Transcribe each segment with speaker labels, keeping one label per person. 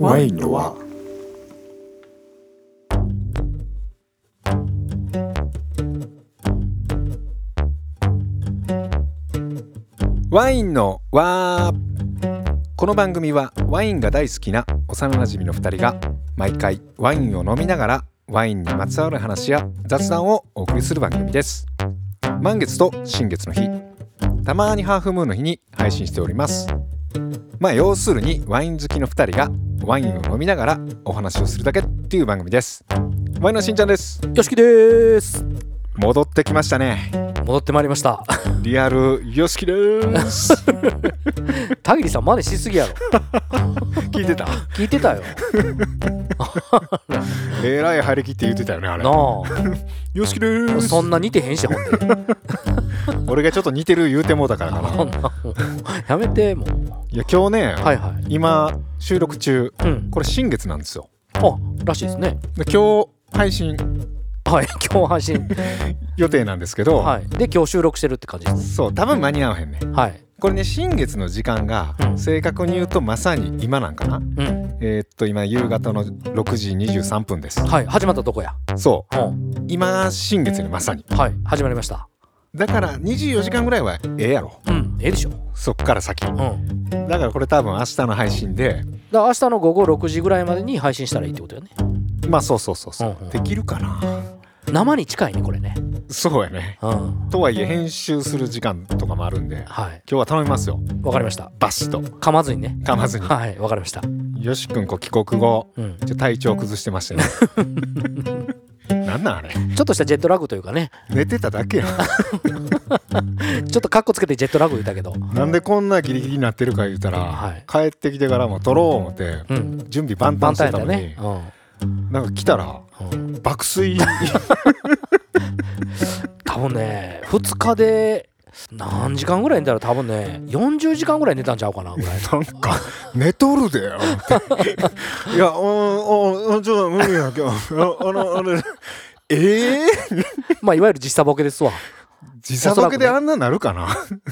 Speaker 1: ワインの輪
Speaker 2: ワインのわこの番組はワインが大好きな幼なじみの2人が毎回ワインを飲みながらワインにまつわる話や雑談をお送りする番組です満月と新月の日たまにハーフムーンの日に配信しておりますまあ要するにワイン好きの2人がワインを飲みながらお話をするだけっていう番組ですワインのしんちゃんです
Speaker 1: よしきです
Speaker 2: 戻ってきましたね
Speaker 1: 戻ってまいりました
Speaker 2: リアルよしきです
Speaker 1: タギリさん真似しすぎやろ
Speaker 2: 聞いてた
Speaker 1: 聞いて たよ
Speaker 2: えらい張り切って言ってたよねあれ
Speaker 1: な
Speaker 2: よしきで
Speaker 1: あ
Speaker 2: す
Speaker 1: そんな似てへんしほん で
Speaker 2: 俺がちょっと似てる言うてもうたからかな
Speaker 1: そんなもうやめてもう
Speaker 2: いや今日ね、
Speaker 1: はいはい
Speaker 2: 今収録中
Speaker 1: うん
Speaker 2: これ新月なんですよ
Speaker 1: あらしいですね
Speaker 2: で今日配信
Speaker 1: はい今日配信
Speaker 2: 予定なんですけど、
Speaker 1: はいで今日収録してるって感じです
Speaker 2: そう多分間に合わへんね
Speaker 1: はい
Speaker 2: これね新月の時間が
Speaker 1: うん
Speaker 2: 正確に言うとまさに今なんかな
Speaker 1: うん
Speaker 2: えーっと今夕方の6時23分です
Speaker 1: はい始まったとこや
Speaker 2: そ
Speaker 1: うん
Speaker 2: う今新月にまさに
Speaker 1: はい始まりました
Speaker 2: だから24時間ぐらいはええやろ
Speaker 1: うんええでしょ
Speaker 2: そっから先だ
Speaker 1: うん
Speaker 2: からこれ多分明日の配信で
Speaker 1: だから明日の午後6時ぐらいまでに配信したらいいってことよね
Speaker 2: まあそうそうそうそう、
Speaker 1: うんうん
Speaker 2: できるかな
Speaker 1: 生に近いねこれね
Speaker 2: そうやね
Speaker 1: うん
Speaker 2: とはいえ編集する時間とかもあるんで
Speaker 1: はい
Speaker 2: 今日は頼みますよ
Speaker 1: わかりました
Speaker 2: バシッと
Speaker 1: 噛まずにね
Speaker 2: 噛まずに
Speaker 1: はいわかりました
Speaker 2: よし君こう帰国後
Speaker 1: うん
Speaker 2: ちょっと体調崩してました ねなんなんあれ
Speaker 1: ちょっとしたジェットラグというかね
Speaker 2: 寝てただけやん
Speaker 1: ちょっとカッコつけてジェットラグ言ったけど
Speaker 2: なんでこんなギリギリになってるか言うたら、
Speaker 1: はい
Speaker 2: 帰ってきてからも撮ろう思って
Speaker 1: うん
Speaker 2: 準備万
Speaker 1: 万
Speaker 2: 端し
Speaker 1: 端
Speaker 2: て
Speaker 1: や
Speaker 2: の
Speaker 1: ったた
Speaker 2: に、
Speaker 1: ねう
Speaker 2: なんか来たら
Speaker 1: ん、うん、
Speaker 2: 爆睡
Speaker 1: 多分ね2日で何時間ぐらい寝たら多分ね40時間ぐらい寝たんちゃうかなぐらい
Speaker 2: なんか寝とるでよ いやおおちょっと無理やけどああのあれええ
Speaker 1: まあいわゆる時差ボケですわ
Speaker 2: 時差ボケであんななるかな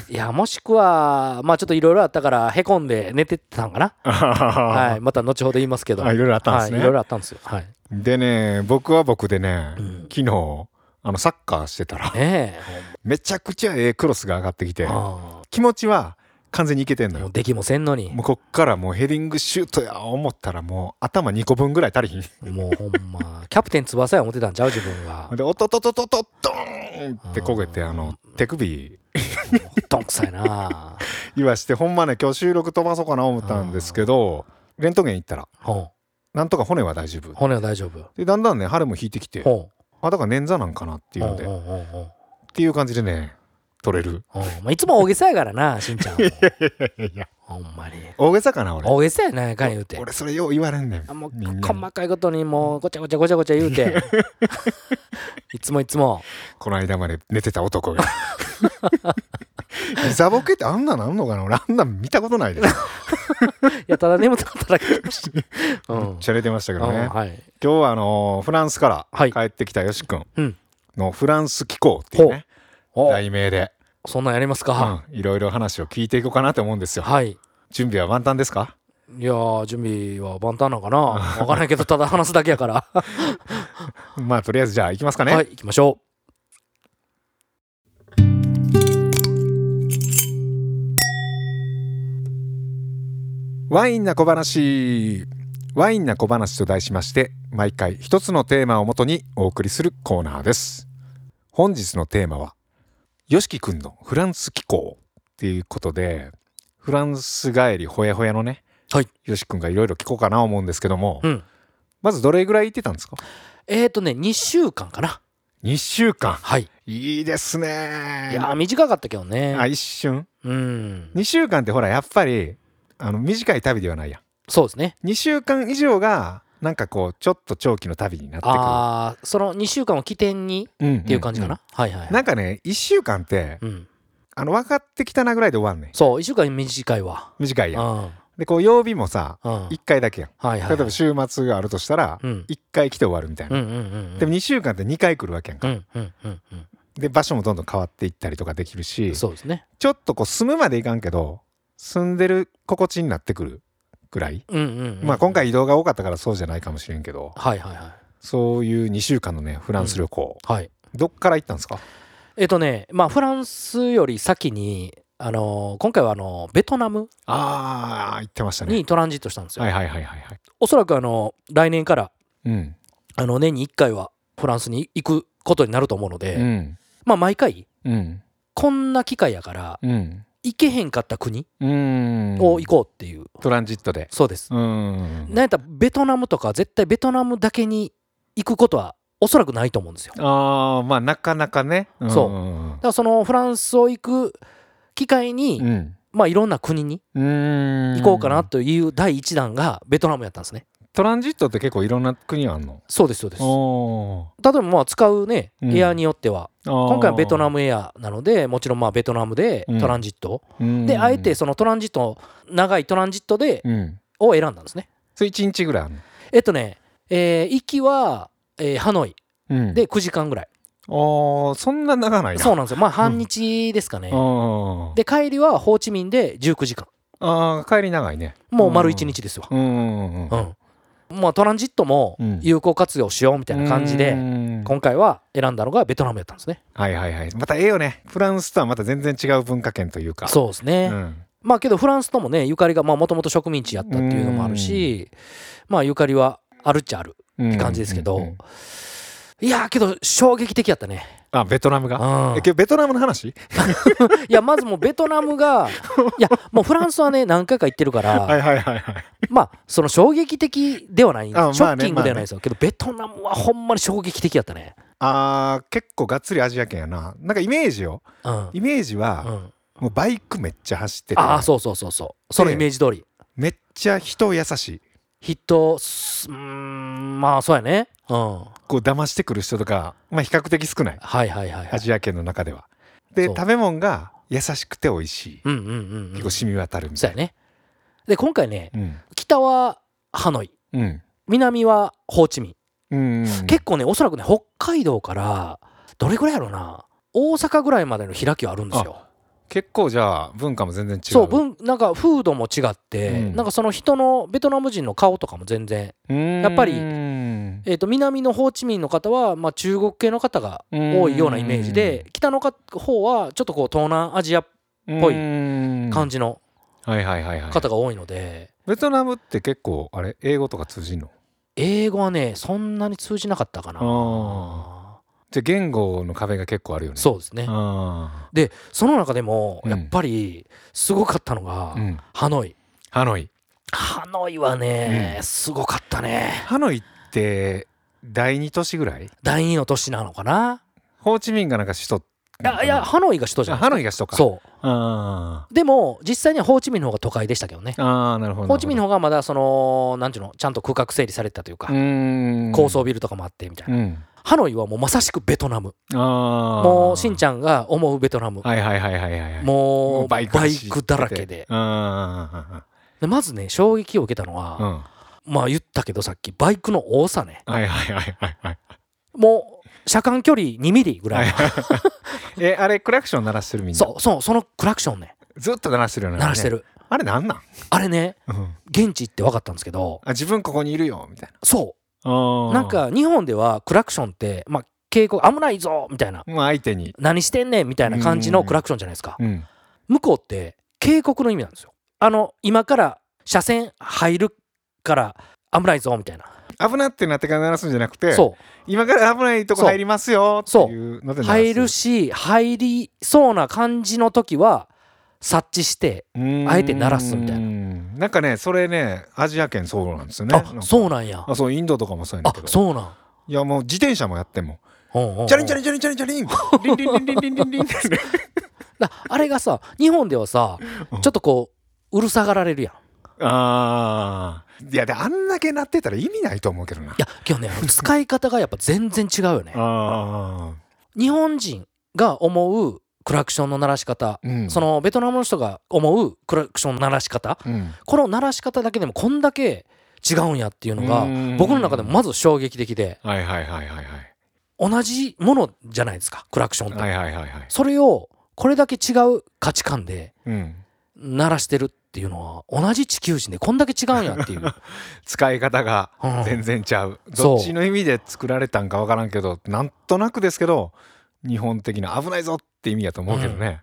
Speaker 1: いやもしくはまあちょっといろいろあったからへこんで寝てたんかなは
Speaker 2: はい
Speaker 1: また後ほど言いますけ ど
Speaker 2: あいろいろあったんですね
Speaker 1: はいいろいろあったんですよはい
Speaker 2: でね僕は僕でね、
Speaker 1: うん
Speaker 2: 昨日あのサッカーしてたら
Speaker 1: ね
Speaker 2: めちゃくちゃええクロスが上がってき
Speaker 1: え
Speaker 2: て
Speaker 1: あ
Speaker 2: 気持ちは完全にいけてんの
Speaker 1: あもう
Speaker 2: よ
Speaker 1: できもせんのに
Speaker 2: もうこっからもうヘディングシュートや思ったらもう頭2個分ぐらい足りひん
Speaker 1: もうほんまキャプテン翼や思ってたんちゃう自 分が
Speaker 2: でおとととととドーンって焦げてあの手首
Speaker 1: どんくさいな
Speaker 2: 言わしてほんまね今日収録飛ばそうかな思ったんですけどレントゲン行ったら
Speaker 1: ほ
Speaker 2: なんとか骨は大丈
Speaker 1: う
Speaker 2: 夫
Speaker 1: 骨は大丈夫
Speaker 2: でだんだんね腫れも引いてきて
Speaker 1: ほう
Speaker 2: あだから捻挫なんかなっていうのでっ
Speaker 1: ほうほうほう
Speaker 2: ていう感じでね取れる
Speaker 1: ほうほうまあいつも大げさやから なしんちゃんもほんまに
Speaker 2: 大げさかな俺
Speaker 1: 大げさやなんやかん言うて
Speaker 2: 俺それよう言われんねん
Speaker 1: あもう
Speaker 2: みんなに
Speaker 1: 細かいことにもうごちゃごちゃごちゃごちゃ言うて いつもいつも
Speaker 2: この間まで寝てた男が ザボケってあんななんのかな俺あんなん見たことないで めっ
Speaker 1: いやただ眠たかっただけかもしれない うん
Speaker 2: ちゃ寝てましたけどね
Speaker 1: うんはい
Speaker 2: 今日はあのーフランスか
Speaker 1: は
Speaker 2: ら
Speaker 1: い
Speaker 2: 帰ってきたよし君
Speaker 1: うん
Speaker 2: のフランス機構っていうね
Speaker 1: お
Speaker 2: 題名で
Speaker 1: そんなんやりますか
Speaker 2: うんいろいろ話を聞いていこうかなと思うんですよ
Speaker 1: はい
Speaker 2: 準備は万端ですか
Speaker 1: いやー準備は万端なのかなわからないけどただ話すだけや から
Speaker 2: まあとりあえずじゃあ行きますかね
Speaker 1: はい行きましょ
Speaker 2: ワインな小話ワインな小話と題しまして毎回一つのテーマをもとにお送りするコーナーです本日のテーマはよしきくんのフランス気候っていうことでフランス帰りほやほやのね、
Speaker 1: はい
Speaker 2: よしくんがいろいろ聞こうかな思うんですけども、
Speaker 1: ううん
Speaker 2: まずどれぐらい行ってたんですか
Speaker 1: えっ、ー、とね2週間かな
Speaker 2: 2週間
Speaker 1: はいい
Speaker 2: いいですね
Speaker 1: やー短かったけど
Speaker 2: あ
Speaker 1: ね
Speaker 2: 一瞬
Speaker 1: うん
Speaker 2: 2週間ってほらやっぱりあの短い旅ではないや
Speaker 1: そうですね
Speaker 2: 2週間以上がなんかこうちょっと長期の旅になってくる
Speaker 1: ああその2週間を起点に
Speaker 2: っ
Speaker 1: っていう感じかな、はいはいはい
Speaker 2: なんかね1週間って
Speaker 1: うん
Speaker 2: あの分かってきたなぐらいで終わんねん
Speaker 1: そう1週間短いわ
Speaker 2: 短いやん
Speaker 1: うんうん
Speaker 2: でこう曜日もさ
Speaker 1: はい
Speaker 2: 1回だけやん
Speaker 1: はい
Speaker 2: 例えば週末があるとしたら
Speaker 1: うん
Speaker 2: 1回来て終わるみたい
Speaker 1: うんう
Speaker 2: なん
Speaker 1: うん
Speaker 2: でも2週間って2回来るわけやん
Speaker 1: う
Speaker 2: か
Speaker 1: んうんうん
Speaker 2: で場所もどんどん変わっていったりとかできる
Speaker 1: う
Speaker 2: し
Speaker 1: んそうですね
Speaker 2: ちょっとこう住むまでいかんけど住んでる心地になってくるぐらい、
Speaker 1: うんうん、うん、
Speaker 2: まあ今回移動が多かったからそうじゃないかもしれんけど
Speaker 1: はいはいはい
Speaker 2: そういう2週間のねフランス旅行、
Speaker 1: はい
Speaker 2: どっから行ったんですか
Speaker 1: えっとねまあフランスより先にあの今回はあのベトナム
Speaker 2: ああ行ってましたね
Speaker 1: にトランジットしたんですよ、
Speaker 2: はいはいはいはいはい
Speaker 1: おそらくあの来年から
Speaker 2: うん
Speaker 1: あの年に1回はフランスに行くことになると思うので、
Speaker 2: うん
Speaker 1: まあ毎回
Speaker 2: うん
Speaker 1: こんな機会やから
Speaker 2: うん
Speaker 1: 行けへんかった国
Speaker 2: うん
Speaker 1: を行こうっていう、
Speaker 2: トランジットで
Speaker 1: そうです、
Speaker 2: うん
Speaker 1: なんやったらベトナムとか絶対ベトナムだけに行くことはおそらくないと思うんですよだか
Speaker 2: ああまあなかなかね
Speaker 1: そうんらそのフランスを行く機会に、
Speaker 2: うん
Speaker 1: まあいろんな国に
Speaker 2: うん
Speaker 1: 行こうかなという第一弾がベトナムやったんですね
Speaker 2: トランジットって結構いろんな国あるの
Speaker 1: そうですそうです例
Speaker 2: おー
Speaker 1: えばまあ使うね
Speaker 2: うん
Speaker 1: エアによっては、
Speaker 2: あー
Speaker 1: 今回はベトナムエアなのでもちろんまあベトナムで
Speaker 2: うん
Speaker 1: トランジット、
Speaker 2: うん
Speaker 1: であえてそのトランジット長いトランジットで、
Speaker 2: うん
Speaker 1: を選んだんですね
Speaker 2: それ1日ぐらいあるの
Speaker 1: えっとね、えー行きは、えーハノイ
Speaker 2: うん
Speaker 1: で9時間ぐらい、
Speaker 2: ああそんな長ないな
Speaker 1: そうなんですよまあ半日ですかね、
Speaker 2: あ
Speaker 1: で帰りはホーチミンで19時間
Speaker 2: あー帰り長いね
Speaker 1: もう丸1日ですわ
Speaker 2: うんうんう
Speaker 1: うんん、まあトランジットも
Speaker 2: うん
Speaker 1: 有効活用しようみたいな感じで、
Speaker 2: うん
Speaker 1: 今回は選んだのがベトナムやったんですね
Speaker 2: はいはいはいまたええよねフランスとはまた全然違う文化圏というか
Speaker 1: そうです
Speaker 2: う
Speaker 1: ね、
Speaker 2: ん
Speaker 1: まあけどフランスともねゆかりがもともと植民地やったっていうのもあるしまあゆかりはあるっちゃある
Speaker 2: うん
Speaker 1: って感じですけど、
Speaker 2: うんうん
Speaker 1: いやーけど衝撃的やったね、
Speaker 2: あベトナム
Speaker 1: う
Speaker 2: が
Speaker 1: ん
Speaker 2: え、今日ベトナムの話
Speaker 1: いやまずもうベトナ ムがいやもうフランスはね何回か行ってるから、
Speaker 2: はいはいはいはい
Speaker 1: まあその衝撃的ではないシ
Speaker 2: あ
Speaker 1: ョ
Speaker 2: まあね
Speaker 1: ッキングではないですよ、けどベトナムはほんまに衝撃的やったね
Speaker 2: あー結構がっつりアジア圏やななんかイメージよ
Speaker 1: うん、うん、
Speaker 2: イメージはもうバイクめっちゃ走ってて
Speaker 1: ああそうそうそうそうそのイメージ通り
Speaker 2: めっちゃ人優しい
Speaker 1: ヒットすうーんまあそうやねうんは
Speaker 2: こう騙してくる人とかまあ比較的少ない
Speaker 1: いはいはいは
Speaker 2: ア
Speaker 1: い
Speaker 2: ジア圏の中ではで
Speaker 1: そう
Speaker 2: 食べ物が優しくて美味しい
Speaker 1: うんうんうん、う
Speaker 2: 結
Speaker 1: ん
Speaker 2: 構、染み渡るみ
Speaker 1: そ
Speaker 2: た
Speaker 1: う
Speaker 2: い
Speaker 1: や
Speaker 2: な
Speaker 1: ねで今回ね
Speaker 2: うん
Speaker 1: 北はハノイ
Speaker 2: うん
Speaker 1: 南はホーチミン、
Speaker 2: うんうん
Speaker 1: 結構ねおそらくね北海道からどれぐらいやろうな大阪ぐらいまでの開きはあるんですよ
Speaker 2: 結構じゃあ文化も全然違う
Speaker 1: そう文なんか風土も違って、
Speaker 2: うん
Speaker 1: なんかその人のベトナム人の顔とかも全然、
Speaker 2: や
Speaker 1: やっぱり
Speaker 2: うん
Speaker 1: えー、と南のホーチミンの方は、まあ、中国系の方が多いようなイメージで北のか方はちょっとこう東南アジア
Speaker 2: っ
Speaker 1: ぽい感
Speaker 2: 感
Speaker 1: じの
Speaker 2: はいはいはいはい
Speaker 1: 方が多いので、
Speaker 2: ベトナムって結構あれ英語とか通じんの
Speaker 1: 英語はねそんなに通じなかったかな
Speaker 2: あじゃあ言語の壁が結構あるよね
Speaker 1: そうですね
Speaker 2: あ
Speaker 1: でその中でも
Speaker 2: うん
Speaker 1: やっぱりすごかったのが、
Speaker 2: ーうん
Speaker 1: ハノイ
Speaker 2: ハノイ
Speaker 1: ハノイはね、すごかったね
Speaker 2: ハノイって第二都市ぐらい
Speaker 1: 第二の都市なのかな
Speaker 2: ホーチミンがなんか首都
Speaker 1: いやいやハノイが首都じゃ
Speaker 2: あ
Speaker 1: ない
Speaker 2: ハノイが首都かう
Speaker 1: そう
Speaker 2: あ
Speaker 1: でも実際にはホーチミンの方が都会でしたけどね
Speaker 2: ーあーなるほど
Speaker 1: ホーチミンの
Speaker 2: の
Speaker 1: 方がまだそのなんていうのちゃんと区画整理されてたというか、
Speaker 2: うん
Speaker 1: 高層ビルとかもあってみたいな、
Speaker 2: うん
Speaker 1: ハノイはもうまさしくベトナム
Speaker 2: ああ
Speaker 1: もうしんち
Speaker 2: ゃ
Speaker 1: ゃんが思うベトナム、
Speaker 2: はいはいはいはいはいはい
Speaker 1: も
Speaker 2: も
Speaker 1: う
Speaker 2: う
Speaker 1: バイ
Speaker 2: 走ってて
Speaker 1: クだらけで
Speaker 2: あ
Speaker 1: でまずね衝撃を受けたのは
Speaker 2: ー、うん
Speaker 1: まあ言ったけどさっきバイクの多さね
Speaker 2: はいはいはいはいはい
Speaker 1: もう車間距離2ミリぐらい、
Speaker 2: えあれクラクション鳴らしてるみんな
Speaker 1: そうそうそのクラクションね
Speaker 2: ずっと鳴らしてるよね
Speaker 1: 鳴らしてる、
Speaker 2: あれなんなん、
Speaker 1: あれね
Speaker 2: うん
Speaker 1: 現地行って分かったんですけど
Speaker 2: あ自分ここにいるよみたい
Speaker 1: そ
Speaker 2: な
Speaker 1: うなんか日本ではクラクションって、まあ、警告危ないぞみたいな
Speaker 2: まあ相手に、
Speaker 1: 何してんねんみたいな感じのクラクションじゃないですか
Speaker 2: うん、
Speaker 1: 向こうって警告の意味なんですよあの今から車線入るから危ないぞみたいな
Speaker 2: 危なってなってから鳴らすんじゃなくて
Speaker 1: そ
Speaker 2: 今から危ないとこ入りますよっていうので鳴らす
Speaker 1: う入るし入りそうな感じの時は察知して
Speaker 2: うん
Speaker 1: あえて鳴らすみたいな
Speaker 2: うんなんかねそれねアジア圏そうなんですよね
Speaker 1: あそう
Speaker 2: な
Speaker 1: なんや
Speaker 2: あそうインドとかもそうやねん
Speaker 1: あ
Speaker 2: けど
Speaker 1: そうなん
Speaker 2: いやもう自転車もやってんもん
Speaker 1: うんうん
Speaker 2: チャリンチャリンチャリンチャリンチャリンリンリンリンリンリンリンリンってね
Speaker 1: だあれがさ日本ではさ
Speaker 2: うん
Speaker 1: ちょっとこううるさがられるやんい
Speaker 2: ああいやであんだけ鳴ってたら意味ないと思うけどな
Speaker 1: やけ どねあの使い方がやっぱ全然違うよね
Speaker 2: あ
Speaker 1: 日本人が思うクラクションの鳴らし方
Speaker 2: あ、うん、
Speaker 1: そのベトナムの人が思うクラクションの鳴らし方
Speaker 2: うん、
Speaker 1: この鳴らし方だけでもこんだけ違うんやっていうのが
Speaker 2: うん
Speaker 1: 僕の中でもまず衝撃的で
Speaker 2: はいはいはいはいはい
Speaker 1: 同じものじゃないですかクラクションって、
Speaker 2: はいはいはいはい
Speaker 1: それをこれだけ違う価値観で
Speaker 2: うん
Speaker 1: 鳴らしてるっっていうのは同じ地球人でこんだけ違うんやっていう、
Speaker 2: 使い方が
Speaker 1: うん
Speaker 2: 全然ちゃう、
Speaker 1: そ
Speaker 2: ど
Speaker 1: う
Speaker 2: っちの意味で作られたんか分からんけどなんとなくですけど日本的な危ないぞって意味やと思うけどね、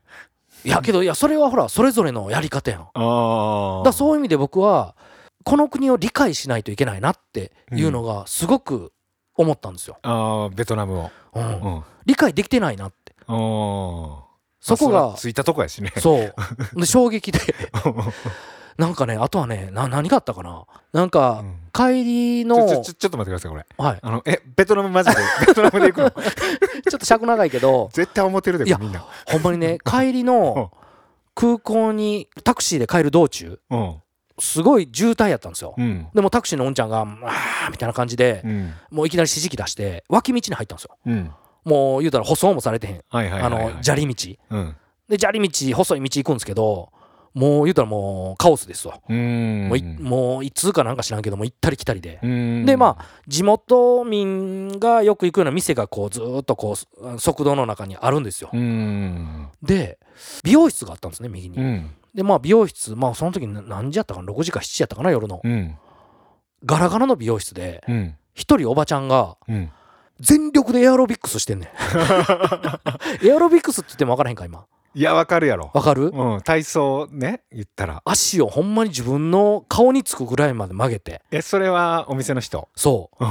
Speaker 1: いやけどいやそれはほらそれぞれのやり方やんだか
Speaker 2: ああ
Speaker 1: らそういう意味で僕はこの国を理解しないといけないなっていうのがすごく思ったんですよ、
Speaker 2: あーベトナムを、
Speaker 1: うん
Speaker 2: うん、あ
Speaker 1: 理解できてないなって
Speaker 2: ー
Speaker 1: そこ
Speaker 2: まあ
Speaker 1: が
Speaker 2: れついたとこやしね
Speaker 1: そうで衝撃でなんかねあとはねな何があったかななん
Speaker 2: う
Speaker 1: か
Speaker 2: ん
Speaker 1: 帰り
Speaker 2: ち
Speaker 1: の、
Speaker 2: ょちょちょちょっと待ってくださいこれ
Speaker 1: はい、
Speaker 2: あのえベトナムマジ でベトナムで行くの
Speaker 1: ちょっと尺長いけ ど
Speaker 2: 絶対思ってるで
Speaker 1: いや
Speaker 2: みんな
Speaker 1: ほんまにね帰りの空港にタクシーで帰る道中
Speaker 2: うん
Speaker 1: すごい渋滞やったんですよ、
Speaker 2: うん
Speaker 1: でもタクシーのおんちゃんが「まあ」みたいな感じで、
Speaker 2: うん
Speaker 1: もういきなり指示器出して脇道に入ったんですよ
Speaker 2: うん
Speaker 1: もう言うたら舗装もされてへん、
Speaker 2: はいはいはいはい
Speaker 1: あの砂利道
Speaker 2: うん
Speaker 1: で砂利道細い道行くんですけどもう言うたらもうカオスですわ、
Speaker 2: うーん
Speaker 1: もういもう一通かなんか知らんけども行ったり来たりで、
Speaker 2: うん
Speaker 1: でまあ地元民がよく行くような店がこうずーっとこう側道の中にあるんですよ、
Speaker 2: うん
Speaker 1: で美容室があったんですね右に、
Speaker 2: うん
Speaker 1: でまあ美容室まあその時な何時やったかな6時か7時やったかな夜の、
Speaker 2: うん
Speaker 1: ガラガラの美容室で
Speaker 2: うん
Speaker 1: 一人おばちゃんが
Speaker 2: うん
Speaker 1: 全力でエアロビックスし てんねんエアロビックスって言っても分からへんか今
Speaker 2: いやわかるやろ
Speaker 1: 分かる、
Speaker 2: うん体操ね言ったら
Speaker 1: 足をほんまに自分の顔につくぐらいまで曲げて
Speaker 2: えそれはお店の人
Speaker 1: そう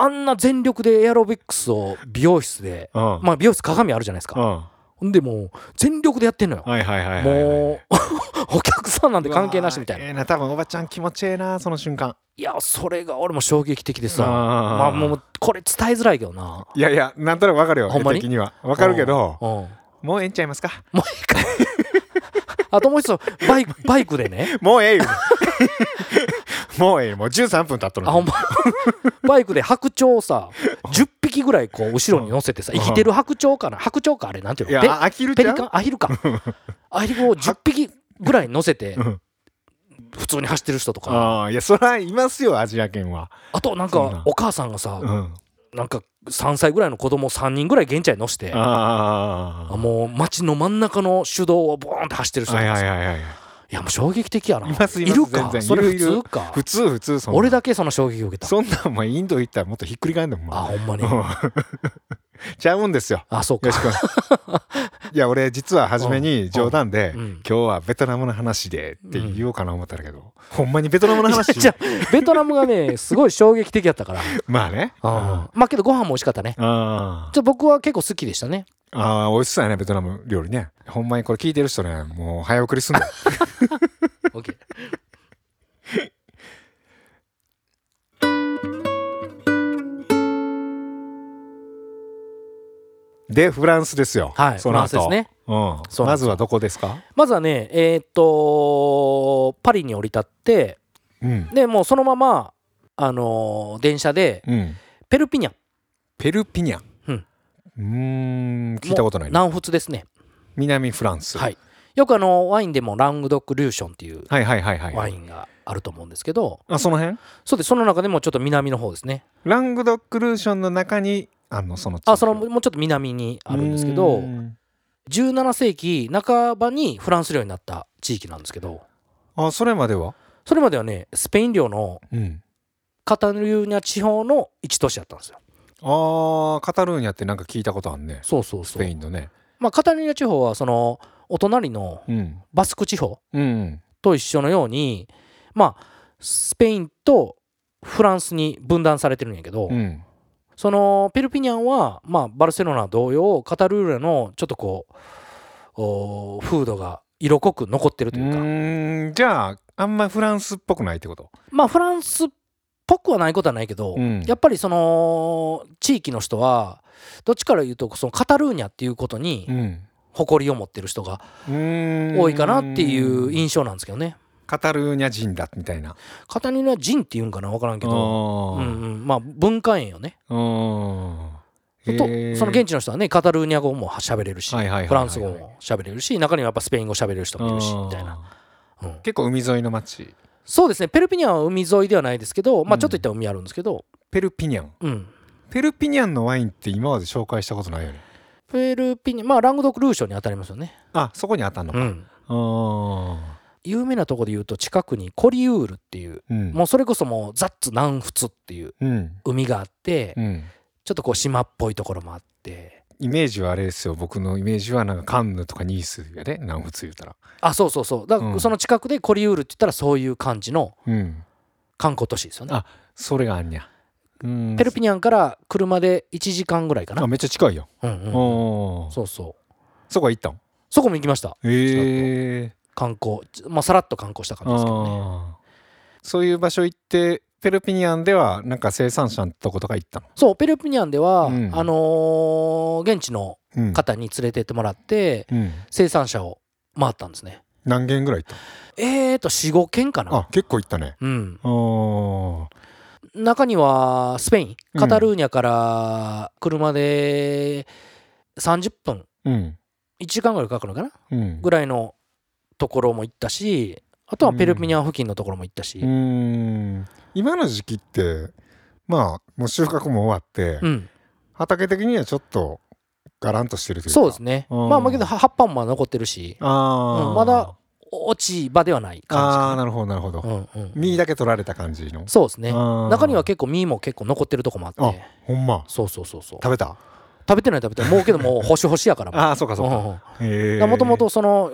Speaker 1: あんな全力でエアロビックスを美容室で
Speaker 2: うん
Speaker 1: まあ美容室鏡あるじゃないです
Speaker 2: うん
Speaker 1: か、
Speaker 2: は
Speaker 1: ほん、でもう全力でやってんのよ、
Speaker 2: いはいはいはいはい
Speaker 1: もう お客さんなんて
Speaker 2: うわー
Speaker 1: 関係なしみたいな
Speaker 2: ええな多分おばちゃん気持ちええなその瞬間
Speaker 1: いやそれが俺も衝撃的でさ
Speaker 2: あー
Speaker 1: まあもうこれ伝えづらいけどない
Speaker 2: やいやなんとなくわかるよ
Speaker 1: ほんまに
Speaker 2: 絵的にはわかるけど
Speaker 1: うんうん
Speaker 2: もうええんちゃいますか
Speaker 1: もう一回。 あともう一つバイ クバイクでね
Speaker 2: もうええよ もうええよもう13分経っとる
Speaker 1: あほんまバイクで白鳥をさ10匹ぐらいこう後ろに乗せてさ生きてる白鳥かな白鳥かあれなんていう
Speaker 2: い
Speaker 1: の
Speaker 2: や
Speaker 1: ペ
Speaker 2: あ飽きる
Speaker 1: ペ
Speaker 2: ちゃ
Speaker 1: リ
Speaker 2: う
Speaker 1: カンアヒルか アヒルを10匹ぐらい乗せて
Speaker 2: うん
Speaker 1: 普通に走ってる人とか
Speaker 2: ああいやそらいますよアジア圏は
Speaker 1: あとなん
Speaker 2: そうなん
Speaker 1: かお母さんがさ
Speaker 2: うん
Speaker 1: なんか3歳ぐらいの子供を3人ぐらい現地に乗せて
Speaker 2: ああ
Speaker 1: もう街の真ん中の手動をボーンって走ってる人と
Speaker 2: はい
Speaker 1: か
Speaker 2: は
Speaker 1: さ
Speaker 2: い
Speaker 1: い
Speaker 2: はいはい
Speaker 1: やもう衝撃的やない
Speaker 2: ますいます
Speaker 1: るか
Speaker 2: 全然
Speaker 1: それ
Speaker 2: いる
Speaker 1: 普
Speaker 2: いる
Speaker 1: 通か
Speaker 2: 普通普通そんな
Speaker 1: 俺だけその衝撃を受けた
Speaker 2: そんなんお前インド行ったらもっとひっくり返んでもんお
Speaker 1: あ
Speaker 2: 前
Speaker 1: ほんまに
Speaker 2: うん ちゃうんですよ
Speaker 1: あそう
Speaker 2: よ
Speaker 1: か
Speaker 2: しこいや俺実は初めに冗談で
Speaker 1: うんうん
Speaker 2: 「今日はベトナムの話で」って言おうかな思ったけどほんまにベトナムの話
Speaker 1: いやじゃあベトナムがねすごい衝撃的やったから
Speaker 2: まあね
Speaker 1: まあけどご飯も美味しかったねちょ
Speaker 2: あ
Speaker 1: っと僕は結構好きでしたね
Speaker 2: ーあー美味しそうやねベトナム料理ねほんまにこれ聞いてる人ねもう早送り すんの
Speaker 1: OK
Speaker 2: でフランスですよ
Speaker 1: はい
Speaker 2: その
Speaker 1: フラン
Speaker 2: 後
Speaker 1: スですね
Speaker 2: うん
Speaker 1: そうなん
Speaker 2: ま
Speaker 1: です
Speaker 2: ずはどこですか
Speaker 1: まずはねえーっとパリに降り立って
Speaker 2: うん
Speaker 1: でもうそのままあのー電車で
Speaker 2: うん
Speaker 1: ペルピニャン
Speaker 2: ペルピニャン
Speaker 1: うん
Speaker 2: うーん聞いたことないな
Speaker 1: 南仏ですね
Speaker 2: 南フランス
Speaker 1: はいよくあのワインでもラングドック・リューションっていう
Speaker 2: はいはいはいはい
Speaker 1: ワインがあると思うんですけど
Speaker 2: あその辺
Speaker 1: そうですその中でもちょっと南の方ですね
Speaker 2: ラングドックルーションの中にあんのその地域
Speaker 1: あそのもうちょっと南にあるんですけ
Speaker 2: う
Speaker 1: ど
Speaker 2: ん
Speaker 1: 17世紀半ばにフランス領になった地域なんですけど
Speaker 2: あそれまでは
Speaker 1: それまではねスペイン領の
Speaker 2: うん
Speaker 1: カタルーニャ地方の一都市だったんですよ
Speaker 2: あーカタルーニャってなんか聞いたことあんね
Speaker 1: そうそう
Speaker 2: ス
Speaker 1: そ
Speaker 2: ペイ
Speaker 1: う、
Speaker 2: ンのね
Speaker 1: まあ、カタルーニャ地方はそのお隣の
Speaker 2: うん
Speaker 1: バスク地方
Speaker 2: うん
Speaker 1: と一緒のようにまあスペインとフランスに分断されてるんやけど、
Speaker 2: うん
Speaker 1: そのペルピニャンは、まあ、バルセロナ同様カタルーニャのちょっとこうおー風土が色濃く残ってる
Speaker 2: う
Speaker 1: というか、
Speaker 2: ーんじゃああんまフランスっぽくないってこと
Speaker 1: まあフランスっぽくはないことはないけど、
Speaker 2: うん
Speaker 1: やっぱりその地域の人はどっちから言うとそのカタルーニャっていうことに
Speaker 2: ん
Speaker 1: 誇りを持ってる人が
Speaker 2: うーん
Speaker 1: 多いかなっていう印象なんですけどね。
Speaker 2: カタルーニャ人だみたいな
Speaker 1: カタルーニャ人っていうんかな分からんけど、う
Speaker 2: あ
Speaker 1: んうん、まあ文化園よね。
Speaker 2: ーうん
Speaker 1: とその現地の人はねカタルーニャ語も喋れるし、
Speaker 2: はいはいはいはいはい
Speaker 1: フランス語も喋れるし中にはやっぱスペイン語喋れる人もいるしみたいな。
Speaker 2: な
Speaker 1: うん
Speaker 2: 結構海沿いの町
Speaker 1: そうですねペルピニャンは海沿いではないですけど、
Speaker 2: う
Speaker 1: まあ、
Speaker 2: ん
Speaker 1: ちょっといったら海あるんですけど、
Speaker 2: ペルピニャン
Speaker 1: うん
Speaker 2: ペルピニャンのワインって今まで紹介したことないよね
Speaker 1: ペルピニャンまあラングドック・ルーションに当たりますよね。
Speaker 2: あそこにあったの
Speaker 1: うん
Speaker 2: あ
Speaker 1: 有名なとこで言うと近くにコリウールっていう
Speaker 2: うん
Speaker 1: もうそれこそもうザッツ南仏っていう
Speaker 2: うん
Speaker 1: 海があって
Speaker 2: うん
Speaker 1: ちょっとこう島っぽいところもあって
Speaker 2: イメージはあれですよ僕のイメージはなんかカンヌとかニースやで南仏言うたら
Speaker 1: あそうそうそうだか
Speaker 2: う
Speaker 1: ら
Speaker 2: ん
Speaker 1: その近くでコリウールって言ったらそういう感じの
Speaker 2: うん
Speaker 1: 観光都市ですよね
Speaker 2: あそれがあんにゃうん
Speaker 1: ペルピニャンから車で1時間ぐらいかな
Speaker 2: あめっちゃ近いよ
Speaker 1: うんうん
Speaker 2: おー
Speaker 1: そうそう
Speaker 2: そこは行ったん
Speaker 1: そこも行きました
Speaker 2: へえ
Speaker 1: 観光まあさらっと観光した感じですけどね
Speaker 2: あーそういう場所行ってペルピニアンではなんか生産者のとことか行ったの、
Speaker 1: そうペルピニャンでは、
Speaker 2: うん
Speaker 1: あのー現地の
Speaker 2: うん
Speaker 1: 方に連れてってもらって
Speaker 2: うん、
Speaker 1: 生産者を回ったんですね
Speaker 2: 何軒ぐらい行っ
Speaker 1: えーと45軒か
Speaker 2: たの
Speaker 1: な
Speaker 2: あ結構行ったね
Speaker 1: うん
Speaker 2: あー
Speaker 1: 中にはスペイ
Speaker 2: う
Speaker 1: ン
Speaker 2: ん
Speaker 1: カタルーニャから車で30分
Speaker 2: うん
Speaker 1: 1時間ぐらいかかるのかな
Speaker 2: うん
Speaker 1: ぐらいのところも行ったしあとはペルピニャン付近のところも行ったし
Speaker 2: うーん今の時期ってまあもう収穫も終わって、
Speaker 1: うん
Speaker 2: 畑的にはちょっとガランとしてるというか
Speaker 1: そうですね
Speaker 2: うん
Speaker 1: まあまあけど葉っぱもまだ残ってるし
Speaker 2: あー、
Speaker 1: うんまだ落ち葉ではない
Speaker 2: ああー
Speaker 1: 感
Speaker 2: なるほどなるほど、
Speaker 1: じかなうんうん
Speaker 2: 実だけ取られた感じの
Speaker 1: そうですね
Speaker 2: あー
Speaker 1: 中には結構実も結構残ってるとこもあって
Speaker 2: あほんま
Speaker 1: そうそうそうそう
Speaker 2: 食べた
Speaker 1: 食べてない食べてないもうけ どもう星星やからも
Speaker 2: ああそうかそうかへえ
Speaker 1: もともとその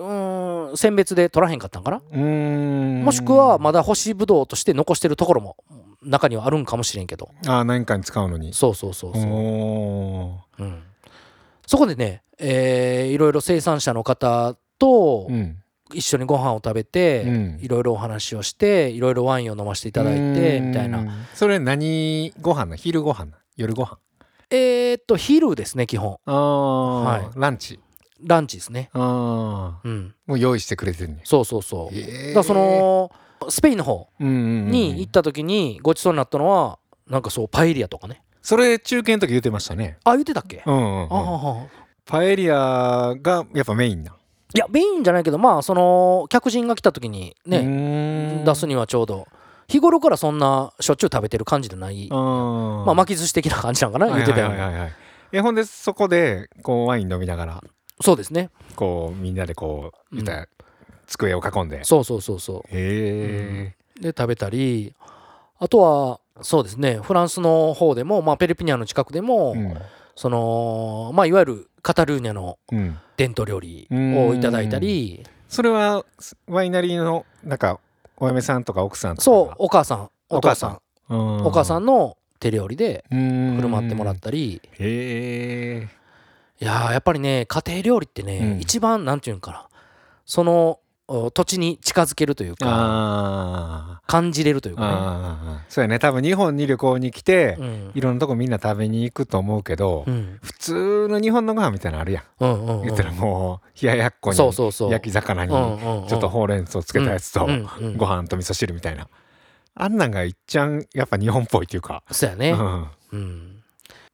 Speaker 1: うーん選別で取らへんかったんかな
Speaker 2: うーん
Speaker 1: もしくはまだ干しぶどうとして残してるところも中にはあるんかもしれんけど
Speaker 2: ああ何かに使うのに
Speaker 1: そうそうそうそう、
Speaker 2: お
Speaker 1: うん、そこでね、えーいろいろ生産者の方と
Speaker 2: ーうん
Speaker 1: 一緒にご飯を食べ
Speaker 2: う
Speaker 1: て、
Speaker 2: ん
Speaker 1: いろいろお話をしていろいろワインを飲ませていただいうて
Speaker 2: ーん
Speaker 1: みたいな
Speaker 2: それ何ご飯なの昼ご飯なの夜ご飯
Speaker 1: えー、っと昼ですね基本
Speaker 2: ああ、
Speaker 1: はい
Speaker 2: ランチ
Speaker 1: ランチですね
Speaker 2: ああ
Speaker 1: うん
Speaker 2: もう用意してくれてるね
Speaker 1: そうそうそう、
Speaker 2: え
Speaker 1: だからそのスペインの方に行
Speaker 2: に
Speaker 1: った時にごちそうになったのはなんかそうパエリアとかね
Speaker 2: それ中堅の時言ってましたね
Speaker 1: あ言ってたっけ、
Speaker 2: うんうんう
Speaker 1: あ
Speaker 2: ん
Speaker 1: ああ
Speaker 2: パエリアがやっぱメインない
Speaker 1: やメインじゃないけどまあその客人が来た時にね、
Speaker 2: ね
Speaker 1: 出すにはちょうど日頃からそんなしょっちゅう食べてる感じじゃない、ま
Speaker 2: ま
Speaker 1: あ巻き寿司的な感じなんかな言ってたよ、ね
Speaker 2: えほんでそこでこうワイン飲みながら
Speaker 1: そうですね
Speaker 2: こうみんなでこう
Speaker 1: う
Speaker 2: 言っ
Speaker 1: ん
Speaker 2: たら机を囲んでへ
Speaker 1: そうそうそうそ
Speaker 2: え
Speaker 1: うで食べたりあとはそうですねフランスの方でも、まあ、ペルピニャの近くでも、
Speaker 2: うん
Speaker 1: そのまあいわゆるカタルーニャの
Speaker 2: うん
Speaker 1: 伝統料理をいただいたり
Speaker 2: それはワイナリーのなんかお嫁さんとか奥さんとか
Speaker 1: そうお母さんお母さん
Speaker 2: う
Speaker 1: お母さ
Speaker 2: ん
Speaker 1: んの手料理で
Speaker 2: 振
Speaker 1: 振る舞ってもらったり
Speaker 2: へえ
Speaker 1: いやーやっぱりね家庭料理ってね、
Speaker 2: うん
Speaker 1: 一番なんていうんかなそのお土地に近づけるというか
Speaker 2: あ
Speaker 1: 感じれるという
Speaker 2: ー
Speaker 1: か
Speaker 2: あーそうやね多分日本に旅行に来て
Speaker 1: ねうん
Speaker 2: いろんなとこみんな食べに行くと思うけど
Speaker 1: うん
Speaker 2: 普通の日本のご飯みたいなのあるやん
Speaker 1: うんうんうん
Speaker 2: 言ったらもう冷ややっこに
Speaker 1: そうそうそう
Speaker 2: 焼き魚に
Speaker 1: うん
Speaker 2: ち
Speaker 1: うんうん
Speaker 2: ょっとほうれん草つけたやつと
Speaker 1: うんうんうん
Speaker 2: ご飯と味噌汁みたいなあんなんがいっちゃんやっぱ日本っぽいっていうか
Speaker 1: そうや
Speaker 2: う
Speaker 1: ね、
Speaker 2: ん
Speaker 1: うん、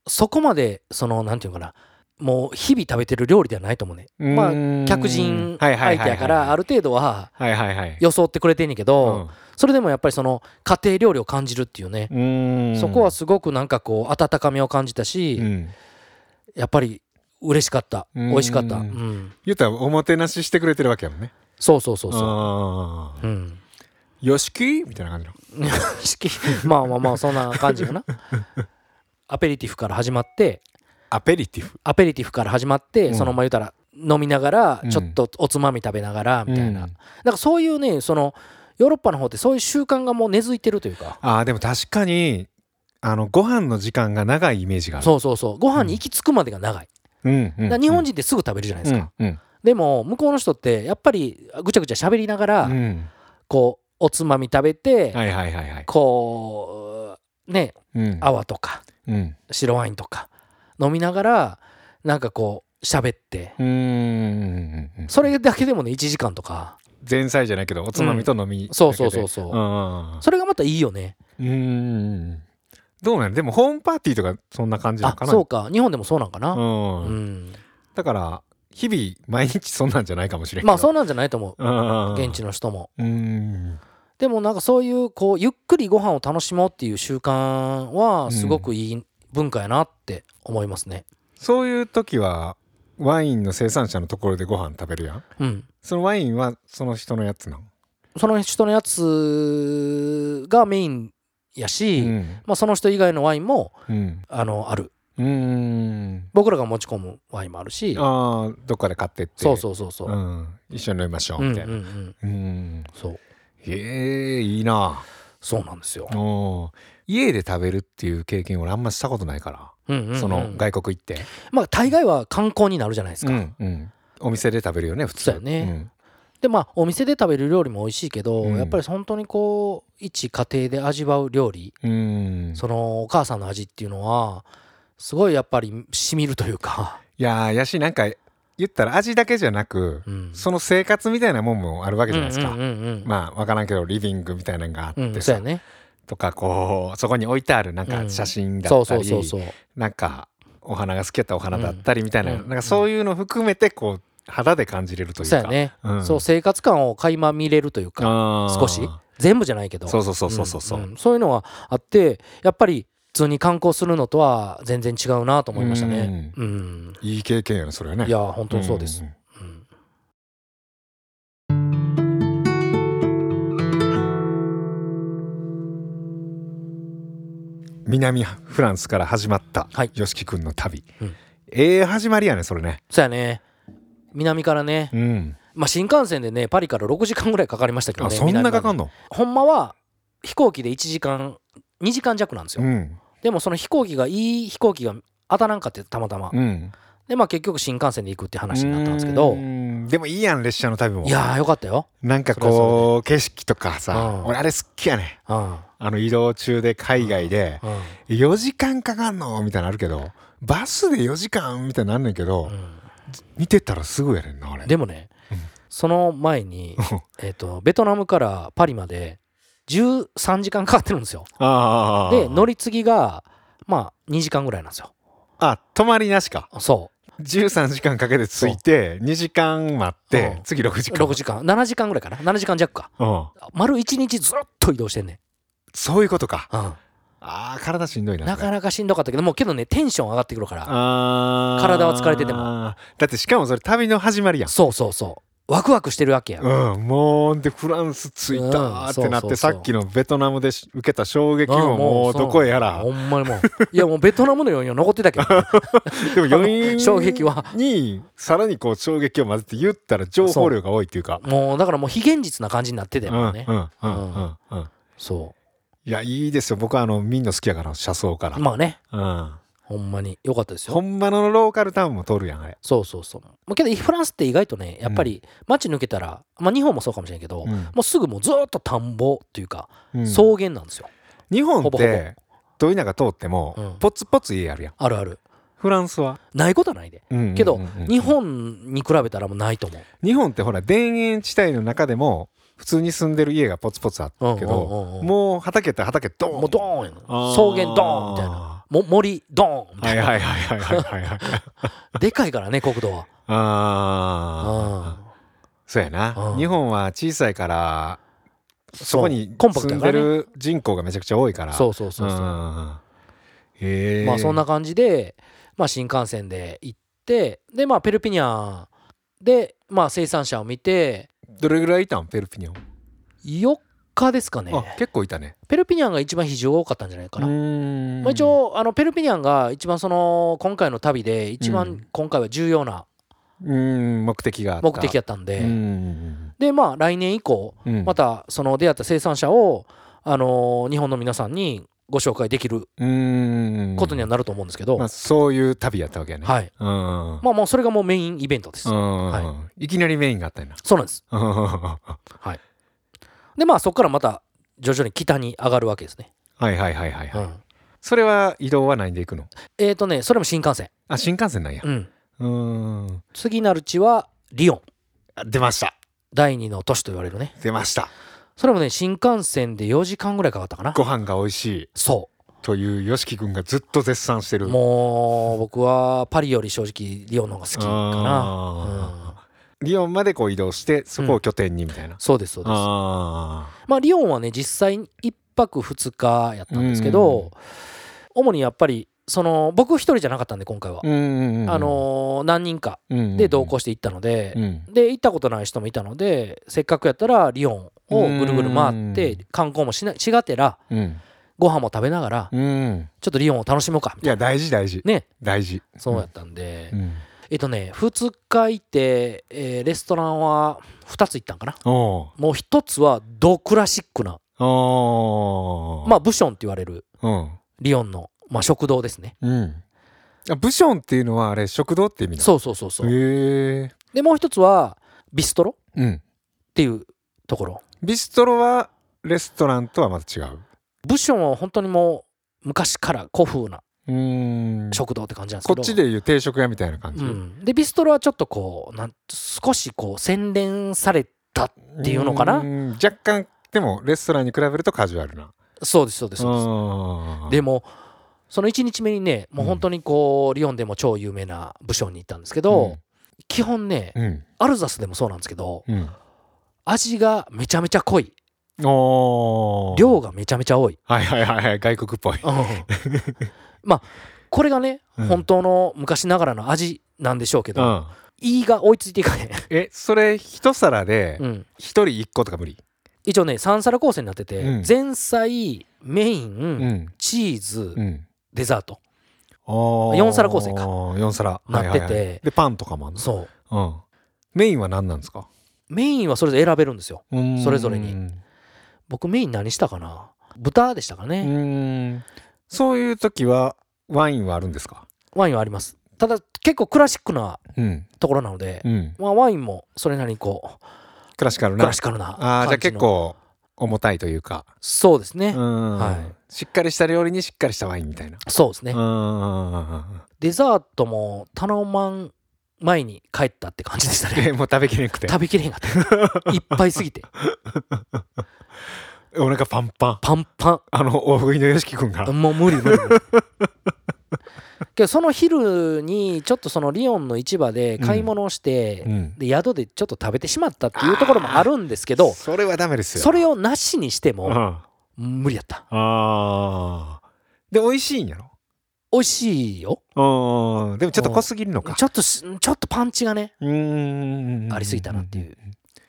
Speaker 1: そこまでそのなんていうのかなもう日々食べてる料理ではないと思うねまあ
Speaker 2: うーん
Speaker 1: 客人
Speaker 2: はい
Speaker 1: 相
Speaker 2: はいはいはい
Speaker 1: 手やからある程度は
Speaker 2: はいはいはい
Speaker 1: 装ってくれてんねんけど、それでもやっぱりその家庭料理を感じるっていうね、
Speaker 2: うん
Speaker 1: そこはすごくなんかこう温かみを感じたし、
Speaker 2: うん
Speaker 1: やっぱり嬉しかった
Speaker 2: うん
Speaker 1: 美味しかった、
Speaker 2: う
Speaker 1: うんん、
Speaker 2: 言うたらおもてなししてくれてるわけやもんね
Speaker 1: そうそうそうそ
Speaker 2: あ
Speaker 1: う、うん、
Speaker 2: ーよしきみたいな感じの
Speaker 1: 式まあまあまあそんな感じか なアペリティフから始まって
Speaker 2: アペリティフ
Speaker 1: アペリティフから始まって、
Speaker 2: うん
Speaker 1: そのまま言うたら飲みながら
Speaker 2: うん
Speaker 1: ちょっとおつまみ食べながらみたいな、
Speaker 2: う
Speaker 1: だ
Speaker 2: ん
Speaker 1: からそういうねそのヨーロッパの方ってそういう習慣がもう根付いてるというか
Speaker 2: あーでも確かにあのご飯の時間が長いイメージがある
Speaker 1: そうそうそうご飯に行き着くまでが長い、
Speaker 2: うんうん
Speaker 1: だから日本人ってすぐ食べるじゃないですか、
Speaker 2: うんうん
Speaker 1: でも向こうの人ってやっぱりぐちゃぐちゃ喋りながら、
Speaker 2: うん
Speaker 1: こうおつまみ食べて、
Speaker 2: はいはいはいはい
Speaker 1: こうね
Speaker 2: うん
Speaker 1: 泡とか
Speaker 2: うん
Speaker 1: 白ワインとか飲みながらなんかこう喋って
Speaker 2: うんうんうんうん
Speaker 1: それだけでもね1時間とか
Speaker 2: 前菜じゃないけどおつまみと飲みだけで、
Speaker 1: そうそうそうそう
Speaker 2: うん
Speaker 1: それがまたいいよね
Speaker 2: うんうんうんどうなんでもホームパーティーとかそんな感じな
Speaker 1: あ
Speaker 2: のかな
Speaker 1: そうか日本でもそうなんか
Speaker 2: う
Speaker 1: な、うん
Speaker 2: ん、だから日々毎日そんなんじゃないかもしれんけど
Speaker 1: まあそうなんじゃないと思
Speaker 2: うん
Speaker 1: う現地の人も
Speaker 2: うん
Speaker 1: でもなんかそういうこうゆっくりご飯を楽しもうっていう習慣はすごくいい文化やなって思いますね
Speaker 2: そういう時はワインの生産者のところでご飯食べるやん
Speaker 1: うん
Speaker 2: そのワインはその人のやつなん
Speaker 1: その人のやつがメインやし、
Speaker 2: うん
Speaker 1: まあ、その人以外のワインも
Speaker 2: うん
Speaker 1: あのある
Speaker 2: うん
Speaker 1: 僕らが持ち込むワインもあるし
Speaker 2: ああどっかで買ってって
Speaker 1: そうそうそうそうう、
Speaker 2: ん一緒に飲みましょう
Speaker 1: うんうん
Speaker 2: み
Speaker 1: う、
Speaker 2: たいなんうん
Speaker 1: そう
Speaker 2: へえいいな
Speaker 1: そうなんですよ、
Speaker 2: お家で食べるっていう経験俺あんましたことないから
Speaker 1: うんうんうん
Speaker 2: その外国行って
Speaker 1: まあ大概は観光になるじゃないですか、
Speaker 2: うんうんお店で食べるよね普通
Speaker 1: そうやねでまあお店で食べる料理も美味しいけど、
Speaker 2: うん
Speaker 1: やっぱり本当にこう一家庭で味わう料理、
Speaker 2: うんうん
Speaker 1: そのお母さんの味っていうのはすごいやっぱりしみるという か、
Speaker 2: いやーやしなんか言ったら味だけじゃなく
Speaker 1: うん、
Speaker 2: その生活みたいなもんもあるわけじゃないです
Speaker 1: う
Speaker 2: か
Speaker 1: んうんうんうん
Speaker 2: まあ分からんけどリビングみたいなのがあ
Speaker 1: う
Speaker 2: っ
Speaker 1: ん
Speaker 2: て
Speaker 1: そう
Speaker 2: さ
Speaker 1: やね
Speaker 2: とかこうそこに置いてあるなん
Speaker 1: う
Speaker 2: か
Speaker 1: ん
Speaker 2: 写真だ
Speaker 1: そう
Speaker 2: った
Speaker 1: そうそう
Speaker 2: り
Speaker 1: そう
Speaker 2: なんかお花が好きやったお花だったりみたいな、
Speaker 1: うん
Speaker 2: なんかそういうの含めてこう肌で感じれるというか
Speaker 1: そうやね、
Speaker 2: うん
Speaker 1: そう生活感を垣間見れるというか
Speaker 2: あー
Speaker 1: 少し全部じゃないけど
Speaker 2: そうそうそうそうそうそ
Speaker 1: ん
Speaker 2: うん
Speaker 1: そういうのはあってやっぱり普通に観光するのとは全然違うなと思いましたねうん、
Speaker 2: いい経験やねそれはね
Speaker 1: いや本当にそうです、
Speaker 2: ん
Speaker 1: うん
Speaker 2: 南フランスから始まった
Speaker 1: はい
Speaker 2: 吉木君の旅、
Speaker 1: うん
Speaker 2: ええ始まりやねそれね
Speaker 1: そうやね南からね、
Speaker 2: うん
Speaker 1: まあ、新幹線でねパリから6時間ぐらいかかりましたけど
Speaker 2: あ
Speaker 1: ね
Speaker 2: そんなかか
Speaker 1: 南
Speaker 2: んの
Speaker 1: までほんまは飛行機で1時間2時間弱なんです
Speaker 2: う
Speaker 1: よ、
Speaker 2: ん
Speaker 1: でもその飛行機がいい飛行機が当たらんかってたまたま、
Speaker 2: うん
Speaker 1: でまあ結局新幹線で行くって話になったんですけど
Speaker 2: うんでもいいやん列車の旅も
Speaker 1: いやーよかったよ、
Speaker 2: なんか
Speaker 1: それ
Speaker 2: こう景色とかさ
Speaker 1: うん
Speaker 2: 俺あれ好きやね
Speaker 1: うんうん
Speaker 2: あの移動中で海外で4時間かかんのみたいなのあるけどバスで4時間みたいなのあんねんけど、見てたらすぐやねんなあれ
Speaker 1: でもね、
Speaker 2: うん
Speaker 1: その前にえっとベトナムからパリまで13時間かかってるんですよ
Speaker 2: ああ
Speaker 1: で乗り継ぎがまあ2時間ぐらいなんですよ
Speaker 2: あ泊まりなしか
Speaker 1: そ
Speaker 2: 13時間かけて着いて2時間待って、
Speaker 1: うん
Speaker 2: 次6時
Speaker 1: う
Speaker 2: 間
Speaker 1: 6時間7時間ぐらいかな7時間弱か
Speaker 2: うん、
Speaker 1: 丸1日ずっと移動してんね
Speaker 2: そういうことか
Speaker 1: ん、う、
Speaker 2: あー体しんどいなん
Speaker 1: な
Speaker 2: それ
Speaker 1: かなかしんどかったけどもうけどねテンション上がってくるから
Speaker 2: あー
Speaker 1: 体は疲れてても
Speaker 2: だってしかもそれ旅の始まりやん
Speaker 1: そうそうそうワクワクしてるわけや、
Speaker 2: うん、もうでフランス着いたーってなっ
Speaker 1: うんそうそうそ
Speaker 2: て
Speaker 1: う
Speaker 2: さっきのベトナムでし受けた衝撃も
Speaker 1: ん
Speaker 2: もうどこへやら
Speaker 1: ほんまにもういやもうベトナムの余韻は残ってた けどね
Speaker 2: でも余韻
Speaker 1: 衝撃は
Speaker 2: にさらにこう衝撃を混ぜて言ったら情報量が多いっていうか
Speaker 1: もうだからもう非現実な感じになってた
Speaker 2: う
Speaker 1: よ
Speaker 2: ん
Speaker 1: ね、
Speaker 2: うんうんうんうん
Speaker 1: そ
Speaker 2: いやいいですよ僕はあのみんな好きやから車窓から、
Speaker 1: うまあね
Speaker 2: うん、
Speaker 1: ほんまに良かったです
Speaker 2: ほ
Speaker 1: よ。
Speaker 2: んまのローカルタウンも通るやんあれ、
Speaker 1: そうそうそう。まあけどフランスって意外とねやっぱり街抜けたら、まあ、日本もそうかもしれんけど、もうすぐもうずーっと田んぼっていうか
Speaker 2: うん
Speaker 1: 草原なんですよ。
Speaker 2: 日本っ
Speaker 1: ほぼほぼ
Speaker 2: てどいなか通っても、
Speaker 1: うん
Speaker 2: ポツポツ家あるやん
Speaker 1: あるある。
Speaker 2: フランスは、
Speaker 1: ないことはないで。
Speaker 2: うん
Speaker 1: けど、
Speaker 2: うんうんうん
Speaker 1: 日本に比べたらもうないと思う。
Speaker 2: 日本ってほら田園地帯の中でも普通に住んでる家がポツポツあったけど、
Speaker 1: うんうんうんうん
Speaker 2: もう畑って畑ドーン
Speaker 1: もうドーンやな
Speaker 2: あー
Speaker 1: 草原ドーンみたいな。も森ドーンみた
Speaker 2: はいい
Speaker 1: な。
Speaker 2: はいはいはいはいはい
Speaker 1: でかいからね国土は。
Speaker 2: ああ
Speaker 1: うん
Speaker 2: そうやな
Speaker 1: うん
Speaker 2: 日本は小さいからそこに
Speaker 1: うコンパク
Speaker 2: 住
Speaker 1: ト
Speaker 2: ん
Speaker 1: やか
Speaker 2: で
Speaker 1: らね
Speaker 2: る人口がめちゃくちゃ多いから
Speaker 1: そうそうそうそう。
Speaker 2: んへえ
Speaker 1: まあそんな感じで、まあ、新幹線で行ってでまあペルピニャンで、まあ、生産者を見て
Speaker 2: どれぐらいいたんペルピニョン
Speaker 1: 4日ですかね
Speaker 2: あ結構いたね
Speaker 1: ペルピニャンが一番比重多かったんじゃないかな、
Speaker 2: ん
Speaker 1: まあ、一応あのペルピニャンが一番その今回の旅で一
Speaker 2: う
Speaker 1: 番
Speaker 2: ん
Speaker 1: 今回は重要な
Speaker 2: うん目的があった
Speaker 1: 目的だったんで、
Speaker 2: うん
Speaker 1: でまあ来年以降
Speaker 2: うん
Speaker 1: またその出会った生産者を、あの日本の皆さんにご紹介できる
Speaker 2: うん
Speaker 1: ことにはなると思うんですけど、
Speaker 2: まあそういう旅やったわけやね
Speaker 1: はい
Speaker 2: うんま
Speaker 1: まあもうそれがもうメインイベントです、
Speaker 2: いきなりメインがあったんや
Speaker 1: そうなんです
Speaker 2: なは
Speaker 1: でまあそこからまた徐々に北に上がるわけですね、
Speaker 2: いはいはいはいは
Speaker 1: う
Speaker 2: い
Speaker 1: ん
Speaker 2: それは移動は何で行くの
Speaker 1: えっ、とねそれも新幹線、
Speaker 2: あ新幹線なんや
Speaker 1: うん、
Speaker 2: うん
Speaker 1: 次なる地はリヨン
Speaker 2: あ出ました
Speaker 1: 第二の都市と言われるね
Speaker 2: 出ました
Speaker 1: それもね新幹線で4時間ぐらいかかったかな
Speaker 2: ご飯が美味しい
Speaker 1: そ
Speaker 2: というよしき君がずっと絶賛して
Speaker 1: う
Speaker 2: る
Speaker 1: もう僕はパリより正直リヨンの方が好きかな、うん
Speaker 2: あーリヨンまでこう移動してそこを拠点にみたいな
Speaker 1: そうですそうです
Speaker 2: あ
Speaker 1: まあリヨンはね実際1泊2日やったんですけど、主にやっぱりその僕一人じゃなかったんで今回は、
Speaker 2: うんうんうん
Speaker 1: あのー何人かで
Speaker 2: で
Speaker 1: 同行して行ったので、
Speaker 2: うん
Speaker 1: で行ったことない人もいたのでせっかくやったらリヨンをぐるぐる回っ
Speaker 2: う
Speaker 1: て観光もしなしがてら
Speaker 2: うん
Speaker 1: ご飯も食べながら
Speaker 2: うん
Speaker 1: ちょっとリヨンを楽しもうかみ
Speaker 2: い
Speaker 1: た
Speaker 2: や
Speaker 1: いな
Speaker 2: 大事大事
Speaker 1: ね
Speaker 2: 大事
Speaker 1: そうやったんで、
Speaker 2: うん
Speaker 1: えっとね2日行って、えーレストランは2つ行ったんかな
Speaker 2: おう
Speaker 1: もう1つはドクラシックな
Speaker 2: お
Speaker 1: まあブションって言われる
Speaker 2: あうん
Speaker 1: リヨンの、まあ、食堂ですね
Speaker 2: うんあブションっていうのはあれ食堂って意味なの
Speaker 1: そうそうそうそう
Speaker 2: へえ
Speaker 1: でもう一つはビストロ
Speaker 2: うん
Speaker 1: っていうところ
Speaker 2: ビストロはレストランとはまた違う
Speaker 1: ブッションは本当にもう昔から古風な
Speaker 2: うーん
Speaker 1: 食堂って感じなんです
Speaker 2: こ
Speaker 1: け
Speaker 2: っ
Speaker 1: ど
Speaker 2: ちでいう定食屋みたいな感じ
Speaker 1: うん、でビストロはちょっとこうなん少しこう洗練されたっていうのかな
Speaker 2: うん若干でもレストランに比べるとカジュアルな
Speaker 1: そうですそうですそうです
Speaker 2: う
Speaker 1: で
Speaker 2: も
Speaker 1: もその1日目にねもう本当にこうリヨンでも超有名なブッションに行ったんですけど、基本ね
Speaker 2: うん
Speaker 1: アルザスでもそうなんですけど
Speaker 2: うん
Speaker 1: 味がめちゃめちゃ濃い
Speaker 2: おー
Speaker 1: 量がめちゃめちゃ多い、
Speaker 2: はいはいはいはい外国っぽい
Speaker 1: うんまあこれがね、
Speaker 2: うん
Speaker 1: 本当の昔ながらの味なんでしょうけど、
Speaker 2: うん
Speaker 1: いいが追いついていかへん、
Speaker 2: えそれ一皿で
Speaker 1: うん、
Speaker 2: 一人一個とか無理
Speaker 1: 一応ね3皿構成になってて、
Speaker 2: うん
Speaker 1: 前菜メイン、
Speaker 2: ん
Speaker 1: チーズ、
Speaker 2: うん
Speaker 1: デザート
Speaker 2: 4
Speaker 1: 四皿構成か
Speaker 2: 4皿
Speaker 1: なってて
Speaker 2: はいはいはいでパンとかもあるの
Speaker 1: そう
Speaker 2: うんメインは何なんですか
Speaker 1: メインはそれぞれ選べるんですよ
Speaker 2: うーん
Speaker 1: それぞれに僕メイン何したかな豚でした
Speaker 2: う
Speaker 1: かね、
Speaker 2: ーんそういう時はワインはあるんですか
Speaker 1: ワインはありますただ結構クラシックな
Speaker 2: うん
Speaker 1: ところなので、
Speaker 2: うん
Speaker 1: まあ、ワインもそれなりにこう
Speaker 2: クラシカル
Speaker 1: ク
Speaker 2: な
Speaker 1: ラシカルな感じの
Speaker 2: あーじゃあ結構重たいというか
Speaker 1: そうですね、
Speaker 2: うん
Speaker 1: は
Speaker 2: しっかりした料理にしっかりしたワインみたいな
Speaker 1: そうですね、
Speaker 2: うん
Speaker 1: デザートも頼まん前に帰ったって感じでしたね
Speaker 2: えもう食べきれなくて
Speaker 1: 食べきれへんかったいっぱいすぎて
Speaker 2: お腹パンパン
Speaker 1: パンパン
Speaker 2: あの大食いのよしき君が
Speaker 1: もう無理無理無理けどその昼にちょっとそのリヨンの市場で買い物をして、
Speaker 2: うん
Speaker 1: で宿でちょっと食べてしまったっていうところもあるんですけど
Speaker 2: それはダメですよ
Speaker 1: それをなしにして
Speaker 2: うん
Speaker 1: も
Speaker 2: あ
Speaker 1: 無理やった
Speaker 2: あで美味しいんやろ
Speaker 1: 美味しいよ
Speaker 2: うんでもちょっと濃すぎるのか
Speaker 1: ちょっとしちょっとパンチがね
Speaker 2: うーん
Speaker 1: ありすぎたなっていう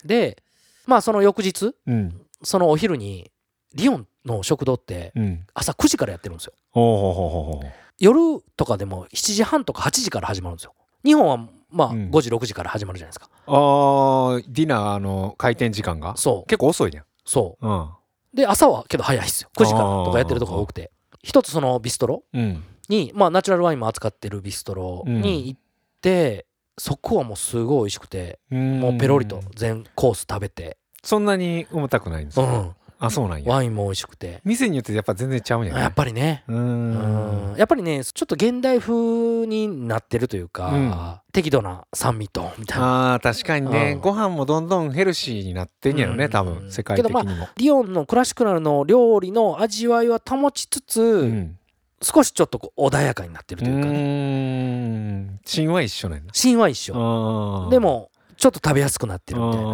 Speaker 1: でまあその翌日
Speaker 2: うん
Speaker 1: そのお昼にリヨンの食堂って
Speaker 2: うん
Speaker 1: 朝9時からやってるんですよ
Speaker 2: ほうほうほうほうほう
Speaker 1: 夜とかでも7時半とか8時から始まるんですよ日本はまあ
Speaker 2: うん
Speaker 1: 5時6時から始まるじゃないですか、
Speaker 2: あーディナーの開店時間が
Speaker 1: そう
Speaker 2: 結構遅いね
Speaker 1: そう
Speaker 2: うん
Speaker 1: で朝はけど早いですよ9時からとかやってるとこが多くて一つそのビストロ
Speaker 2: うん
Speaker 1: にまあナチュラルワインも扱ってるビストロに行って、そこはもうすごい美味しくてもうペロリと全コース食べて、
Speaker 2: そんなに重たくないんです
Speaker 1: う
Speaker 2: か
Speaker 1: ん、
Speaker 2: あそうなんや
Speaker 1: ワインも美味しくて
Speaker 2: 店によってやっぱ全然ちゃうんやね
Speaker 1: やっぱりね
Speaker 2: う
Speaker 1: う
Speaker 2: ーん
Speaker 1: んやっぱりねちょっと現代風になってるというか、
Speaker 2: うん
Speaker 1: 適度な酸味とみたいな
Speaker 2: あー確かにね
Speaker 1: うん
Speaker 2: ご飯もどんどんヘルシーになってんやろね
Speaker 1: うん
Speaker 2: 多分世界的にも
Speaker 1: リヨンのクラシックなるの料理の味わいは保ちつつ、
Speaker 2: うん
Speaker 1: 少しちょっとこう穏やかになってる
Speaker 2: う
Speaker 1: というかね
Speaker 2: ーん芯は一緒なんだ
Speaker 1: 芯は一緒
Speaker 2: あー
Speaker 1: でもちょっと食べやすくなってるみたいな
Speaker 2: あ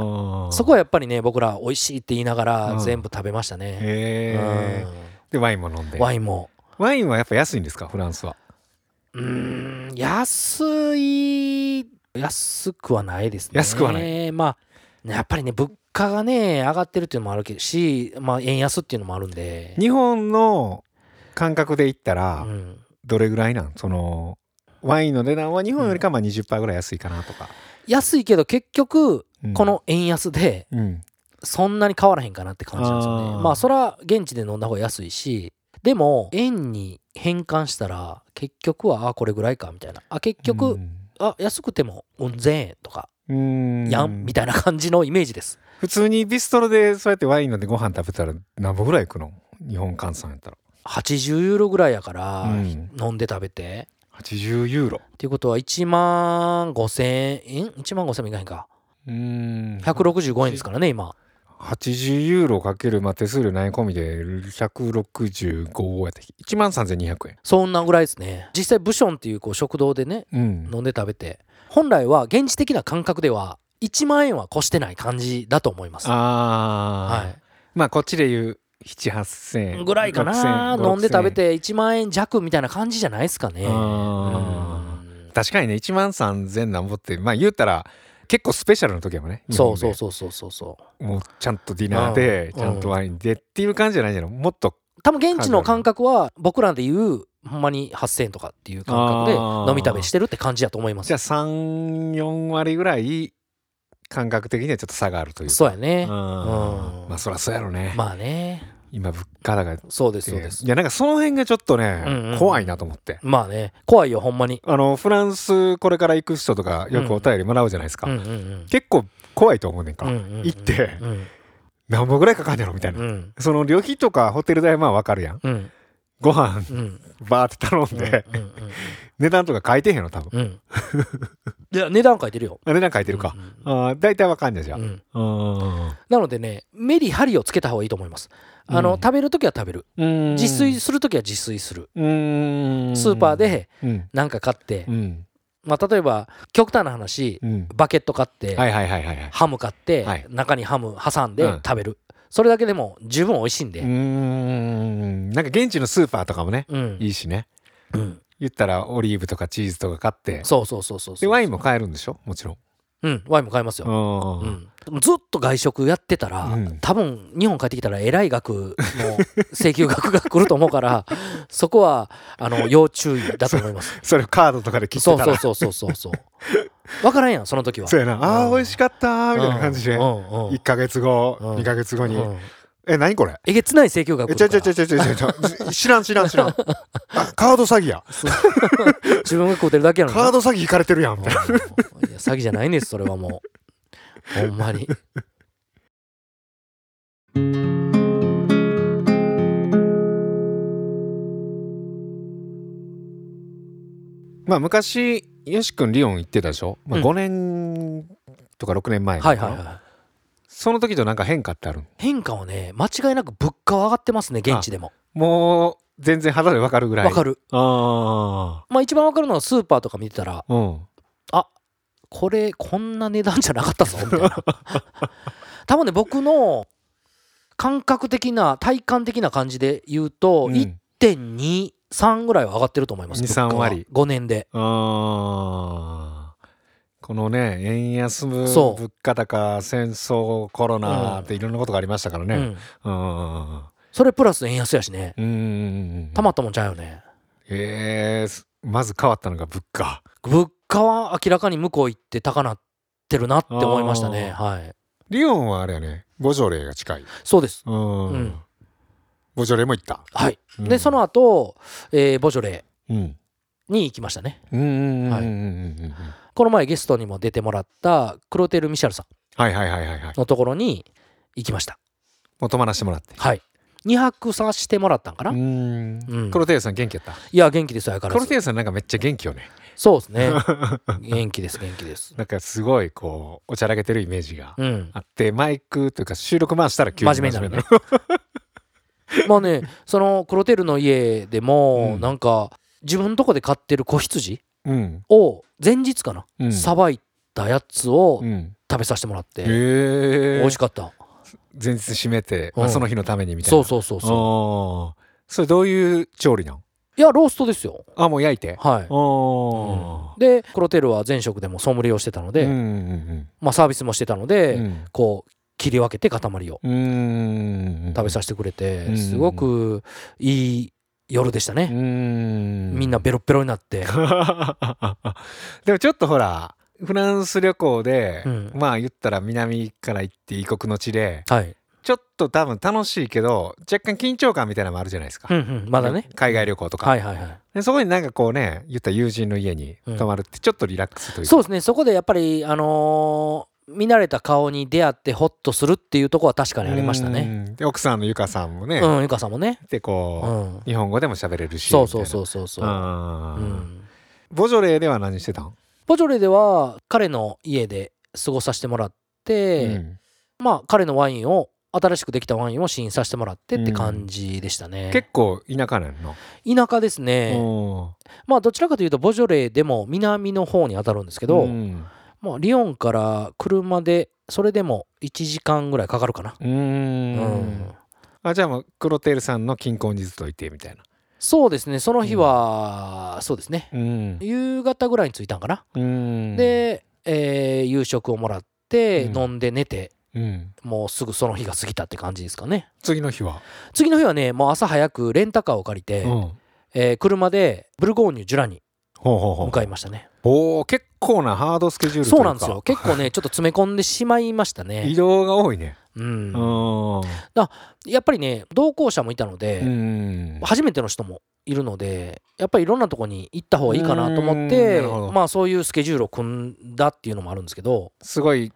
Speaker 2: ー
Speaker 1: そこはやっぱりね僕ら美味しいって言いながら
Speaker 2: うん
Speaker 1: 全部食べましたね、
Speaker 2: へーでワインも飲ん
Speaker 1: う
Speaker 2: で
Speaker 1: んワインも
Speaker 2: ワインはやっぱ安いんですかフランスは
Speaker 1: うーん安い安くはないですね
Speaker 2: 安くはな
Speaker 1: まあやっぱりね物価がね上がってるっていうのもあるけどし、まあ、円安っていうのもあるんで、
Speaker 2: 日本の感覚で言った
Speaker 1: う
Speaker 2: ら
Speaker 1: ん、
Speaker 2: どれぐらいなんそのワインの値段は日本よりかまあ20%ぐらい安いかなとか、
Speaker 1: 安いけど結局
Speaker 2: うん
Speaker 1: この円安で
Speaker 2: うん
Speaker 1: そんなに変わらへんかなって感じなんですよね
Speaker 2: あー
Speaker 1: まあそら現地で飲んだ方が安いしでも円に変換したら結局はあこれぐらいかみたいなあ結局、あ安くても4000円とか
Speaker 2: うん
Speaker 1: やんみたいな感じのイメージです
Speaker 2: 普通にビストロでそうやってワイン飲んでご飯食べたら何本ぐらいいくの日本換算やったら
Speaker 1: 80ユーロぐらいやから、
Speaker 2: うん
Speaker 1: 飲んで食べて
Speaker 2: 80ユーロ
Speaker 1: っていうことは1万5000円1万5000円いかへんか
Speaker 2: うん
Speaker 1: 165円ですからね今
Speaker 2: 80ユーロかける、まあ、手数料ない込みで165やった1万3200円
Speaker 1: そんなぐらいですね実際ブションっていうこう食堂でね
Speaker 2: うん
Speaker 1: 飲んで食べて本来は現地的な感覚では1万円は越してない感じだと思いますは
Speaker 2: ああ、
Speaker 1: い
Speaker 2: まあこっちで言う7,8000円
Speaker 1: ぐらいかな
Speaker 2: 6000
Speaker 1: 飲んで食べて1万円弱みたいな感じじゃないですかね
Speaker 2: う
Speaker 1: うん
Speaker 2: ん確かにね1万3000なんぼってまあ言うたら結構スペシャルの時やもんね
Speaker 1: そうそう
Speaker 2: う
Speaker 1: そうそうそうそう
Speaker 2: もうちゃんとディナーで
Speaker 1: うん
Speaker 2: ちゃんとワインでっていう感じじゃないんじゃないもっと
Speaker 1: 多分現地の感覚は僕らで言うほんまに8000円とかっていう感覚で
Speaker 2: あー
Speaker 1: 飲み食べしてるって感じだと思いま
Speaker 2: じ
Speaker 1: す
Speaker 2: ゃあ34割ぐらい感覚的にはちょっと差があるという
Speaker 1: そうや
Speaker 2: うん
Speaker 1: ねうん
Speaker 2: まあそりゃそうやろね、
Speaker 1: まあね
Speaker 2: 今物価高で
Speaker 1: そうですそうです
Speaker 2: いやなんかその辺がちょっとね、
Speaker 1: うんうん
Speaker 2: 怖いなと思って
Speaker 1: まあね怖いよほんまに
Speaker 2: あのフランスこれから行く人とかよくお便りもらうじゃないですか、
Speaker 1: うんうんうん
Speaker 2: 結構怖いと思うねんか、
Speaker 1: うんうんうん
Speaker 2: 行って
Speaker 1: うん
Speaker 2: 何本ぐらいかかんねやろみたいな、
Speaker 1: うん
Speaker 2: その旅費とかホテル代はまあわかるやん
Speaker 1: うん
Speaker 2: ご飯
Speaker 1: うんうん
Speaker 2: バーって頼ん
Speaker 1: うん
Speaker 2: で、値段とか書いてへんの多分、
Speaker 1: うん いや値段書いてるよ
Speaker 2: あ値段書いてるか
Speaker 1: う、ん
Speaker 2: あー大体わかんねえじゃ、
Speaker 1: うんん
Speaker 2: う
Speaker 1: うん
Speaker 2: ん、
Speaker 1: なのでねメリハリをつけた方がいいと思いますあの、
Speaker 2: うん
Speaker 1: 食べるときは食べる
Speaker 2: うん
Speaker 1: 自炊するときは自炊する
Speaker 2: うーん
Speaker 1: スーパーで
Speaker 2: うん
Speaker 1: 何か買って、
Speaker 2: うん
Speaker 1: まあ、例えば極端な話
Speaker 2: うん
Speaker 1: バケット買って、
Speaker 2: はいはいはいはいはい
Speaker 1: ハム買って、
Speaker 2: はい
Speaker 1: 中にハム挟ん
Speaker 2: う
Speaker 1: で
Speaker 2: ん
Speaker 1: 食べる、それだけでも十分美味しいん
Speaker 2: う
Speaker 1: で、
Speaker 2: ーんなんか現地のスーパーとかもね
Speaker 1: うん
Speaker 2: いいしね
Speaker 1: うん
Speaker 2: 言ったらオリーブとかチーズとか買って
Speaker 1: そうそうそうそう
Speaker 2: で
Speaker 1: そう
Speaker 2: ワインも買えるんでしょもちろん
Speaker 1: うん、ワインも買いますよ、
Speaker 2: あ
Speaker 1: う
Speaker 2: ー
Speaker 1: んずっと外食やってたら、
Speaker 2: うん
Speaker 1: 多分日本帰ってきたらえらい額の請求額が来ると思うから そこはあの要注意だと思 います
Speaker 2: それをカードとかで切って
Speaker 1: そう
Speaker 2: た
Speaker 1: そう
Speaker 2: ら
Speaker 1: そうそうそうそう分からんやんその時は
Speaker 2: そうやなあ
Speaker 1: う
Speaker 2: ー
Speaker 1: ん
Speaker 2: 美味しかったーみたいな感じで
Speaker 1: うんうんうん
Speaker 2: 1か月後
Speaker 1: うん
Speaker 2: 2か月後に
Speaker 1: うん
Speaker 2: え何これ
Speaker 1: えげつない請求額
Speaker 2: え
Speaker 1: 来
Speaker 2: ちゃち
Speaker 1: るか
Speaker 2: ゃち
Speaker 1: ら
Speaker 2: ゃちゃちゃちゃ知らん知らん 知らんあカード詐欺や
Speaker 1: 自分が食うてるだけやのにな
Speaker 2: カード詐欺引かれてるやんみたいな
Speaker 1: うんいや詐欺じゃないんですそれはもうほん まに
Speaker 2: まあ昔よし君リオン行ってたでしょ、まあ、
Speaker 1: うん
Speaker 2: 5年とか6年前
Speaker 1: は
Speaker 2: か
Speaker 1: い
Speaker 2: な
Speaker 1: はいはい
Speaker 2: その時となんか変化ってある
Speaker 1: 変化はね間違いなく物価は上がってますね現地でも
Speaker 2: もう全然肌でわかるぐらい
Speaker 1: わかる
Speaker 2: あ
Speaker 1: まあ一番わかるのはスーパーとか見てたら
Speaker 2: あうん
Speaker 1: これこんな値段じゃなかったぞみたいな 多分ね僕の感覚的な体感的な感じで言うと、
Speaker 2: うん
Speaker 1: 1.23ぐらいは上がってると思います
Speaker 2: 2 3割
Speaker 1: 5年で
Speaker 2: あーこのね円安
Speaker 1: そ
Speaker 2: 物
Speaker 1: う
Speaker 2: 価高戦争コロナっていろんなことがありましたから
Speaker 1: う
Speaker 2: ね
Speaker 1: ん、
Speaker 2: うんうん
Speaker 1: それプラス円安やしね
Speaker 2: うんうん
Speaker 1: たまったもんちゃうよね
Speaker 2: えー、まず変わったのが物価
Speaker 1: 物価は明らかに向こう行って高なってるなって思いましたねはい
Speaker 2: リオンはあれやねボジョレーが近い
Speaker 1: そうです
Speaker 2: うん、
Speaker 1: うん
Speaker 2: ボジョレーも行った
Speaker 1: はい、
Speaker 2: うん
Speaker 1: でその後、えーボジョレ
Speaker 2: うん
Speaker 1: ーに行きましたね
Speaker 2: うんうんうんうんうん
Speaker 1: はい
Speaker 2: うん
Speaker 1: この前ゲストにも出てもらったクロテル・ミシャルさ
Speaker 2: はいはいはいはいはい
Speaker 1: んのところに行きました
Speaker 2: もう泊まらせてもらって
Speaker 1: はい2泊させてもらったんかな、
Speaker 2: う
Speaker 1: い
Speaker 2: ー
Speaker 1: うん
Speaker 2: んコロテイさん元気やった
Speaker 1: や元気ですよ相変
Speaker 2: コ
Speaker 1: わら
Speaker 2: ロ
Speaker 1: ず
Speaker 2: テイさんなんかめっちゃ元気よね
Speaker 1: そうで すね元気です元気です
Speaker 2: なんかすごいこうおちゃらけてるイメージが
Speaker 1: うん
Speaker 2: あってマイクというか収録回したら急に
Speaker 1: 真面目になるねまあねそのクロテルの家でも、
Speaker 2: うん
Speaker 1: なんか自分のとこで飼ってる子羊
Speaker 2: 真面目になる
Speaker 1: を前日かな
Speaker 2: うんうん
Speaker 1: さばいたやつを
Speaker 2: うん
Speaker 1: 食べさせてもらって、
Speaker 2: へ
Speaker 1: 美味し
Speaker 2: ー
Speaker 1: かった
Speaker 2: 前日閉めて
Speaker 1: うん
Speaker 2: まあその日のためにみたいな
Speaker 1: そうそうそうそ
Speaker 2: あーそれどういう調理なん
Speaker 1: ういやローストですよ
Speaker 2: あもう焼いて
Speaker 1: はい
Speaker 2: あ
Speaker 1: でクロテルは前職でもソムリエをしてたの
Speaker 2: ー
Speaker 1: で、
Speaker 2: うんうん
Speaker 1: まあ、サービスもしてたので、
Speaker 2: うん
Speaker 1: こう切り分けて塊を
Speaker 2: うんうん
Speaker 1: 食べさせてくれて、
Speaker 2: うん
Speaker 1: すごくいい夜でした
Speaker 2: う
Speaker 1: ね、
Speaker 2: ん
Speaker 1: みんなベロッベロになって、
Speaker 2: でもちょっとほらフランス旅行で、
Speaker 1: うん
Speaker 2: まあ言ったら南から行って異国の地で
Speaker 1: はい、
Speaker 2: ちょっと多分楽しいけど若干緊張感みたいなのもあるじゃないですか、
Speaker 1: うんうん、まだね
Speaker 2: 海外旅行とか、
Speaker 1: はいはいは
Speaker 2: でそこになんかこうね言ったら友人の家に
Speaker 1: うん
Speaker 2: 泊まるってちょっとリラックスとい
Speaker 1: いうそう
Speaker 2: う
Speaker 1: ですねそこでやっぱりあのー見慣れた顔に出会ってホッとするっていうところは確かにありましたね
Speaker 2: んで奥さんのゆかさんもね、
Speaker 1: うんゆかさんもね
Speaker 2: で
Speaker 1: う
Speaker 2: こ
Speaker 1: ん
Speaker 2: う、日本語でも喋れるし
Speaker 1: そうそうそううそう
Speaker 2: そ
Speaker 1: そううん
Speaker 2: ボジョレーでは何してたん、
Speaker 1: ボジョレでは彼の家で過ごさせてもらって、
Speaker 2: うん
Speaker 1: まあ彼のワインを新しくできたワインを試飲させてもらってって感じでしたね、
Speaker 2: 結構田舎なんの、
Speaker 1: 田舎ですね、
Speaker 2: うん
Speaker 1: まあどちらかというとボジョレーでも南の方に当たるんですけど、
Speaker 2: うん
Speaker 1: まあ、リヨンから車でそれでも1時間ぐらいかかるかな、
Speaker 2: うーん
Speaker 1: うん
Speaker 2: あじゃあもうクロテルさんの金婚日といてみたいな
Speaker 1: そうですねその日は、そうですね
Speaker 2: うん
Speaker 1: 夕方ぐらいに着いたんかな、
Speaker 2: うん、
Speaker 1: で、えー夕食をもらって、
Speaker 2: うん
Speaker 1: 飲んで寝て
Speaker 2: うん、
Speaker 1: もうすぐその日が過ぎたって感じですかね
Speaker 2: 次の日は、
Speaker 1: 次の日はねもう朝早くレンタカーを借りて、
Speaker 2: うん、ほ
Speaker 1: えー車でブルゴーニュジュラに
Speaker 2: うほうほ
Speaker 1: 向
Speaker 2: う
Speaker 1: かいましたね
Speaker 2: おお結構なハードスケジュールとい
Speaker 1: そう
Speaker 2: か
Speaker 1: うなんですよ結構ねちょっと詰め込んでしまいました
Speaker 2: 移
Speaker 1: ね、
Speaker 2: 動が多いね
Speaker 1: うん
Speaker 2: う、ん
Speaker 1: やっぱりね同行者もいたので、
Speaker 2: うん
Speaker 1: 初めての人もいるのでやっぱりいろんなとこに行った方がいいかなと思って
Speaker 2: うーんなるほど
Speaker 1: まあそういうスケジュールを組んだっていうのもあるんですけど
Speaker 2: すごい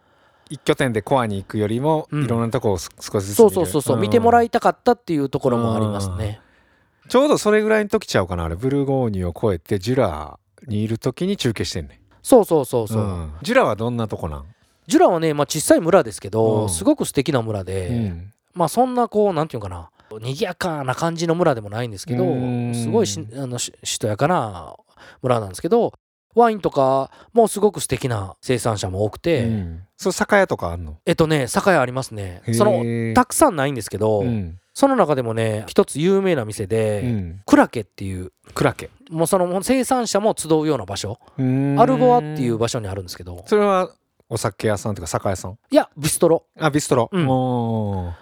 Speaker 2: 一拠点でコアに行くよりも、
Speaker 1: うん
Speaker 2: いろんなとこをす少しずつ
Speaker 1: そうそうそうそう見てもら
Speaker 2: い
Speaker 1: いたかったっていうところもありますね
Speaker 2: ちょうどそれぐらいの時ちゃうかなあれブルゴーニュを越えてジュラにいる時に中継してんね
Speaker 1: そうそうそうそう、
Speaker 2: んジュラはどんなとこなん、
Speaker 1: ジュラはね、まあ、小さい村ですけど、
Speaker 2: うん
Speaker 1: すごく素敵な村で、
Speaker 2: うん
Speaker 1: まあそんなこうなんていうのかな賑やかな感じの村でもないんですけど
Speaker 2: うーん
Speaker 1: すごいしあのししとやかな村なんですけどワインとかもすごく素敵な生産者も多くて、
Speaker 2: うんそう酒屋とかあんの
Speaker 1: えっとね酒屋ありますねその
Speaker 2: へー
Speaker 1: たくさんないんですけど、
Speaker 2: うん
Speaker 1: その中でもね一つ有名な店
Speaker 2: う
Speaker 1: で、
Speaker 2: ん
Speaker 1: クラケっていう
Speaker 2: クラケ
Speaker 1: もうその生産者も集うような場所ア
Speaker 2: ア
Speaker 1: ルボアっていう場所にあるんですけど
Speaker 2: それはお酒屋さんというか酒屋さん
Speaker 1: いやビストロ
Speaker 2: あビストロ、
Speaker 1: うん
Speaker 2: お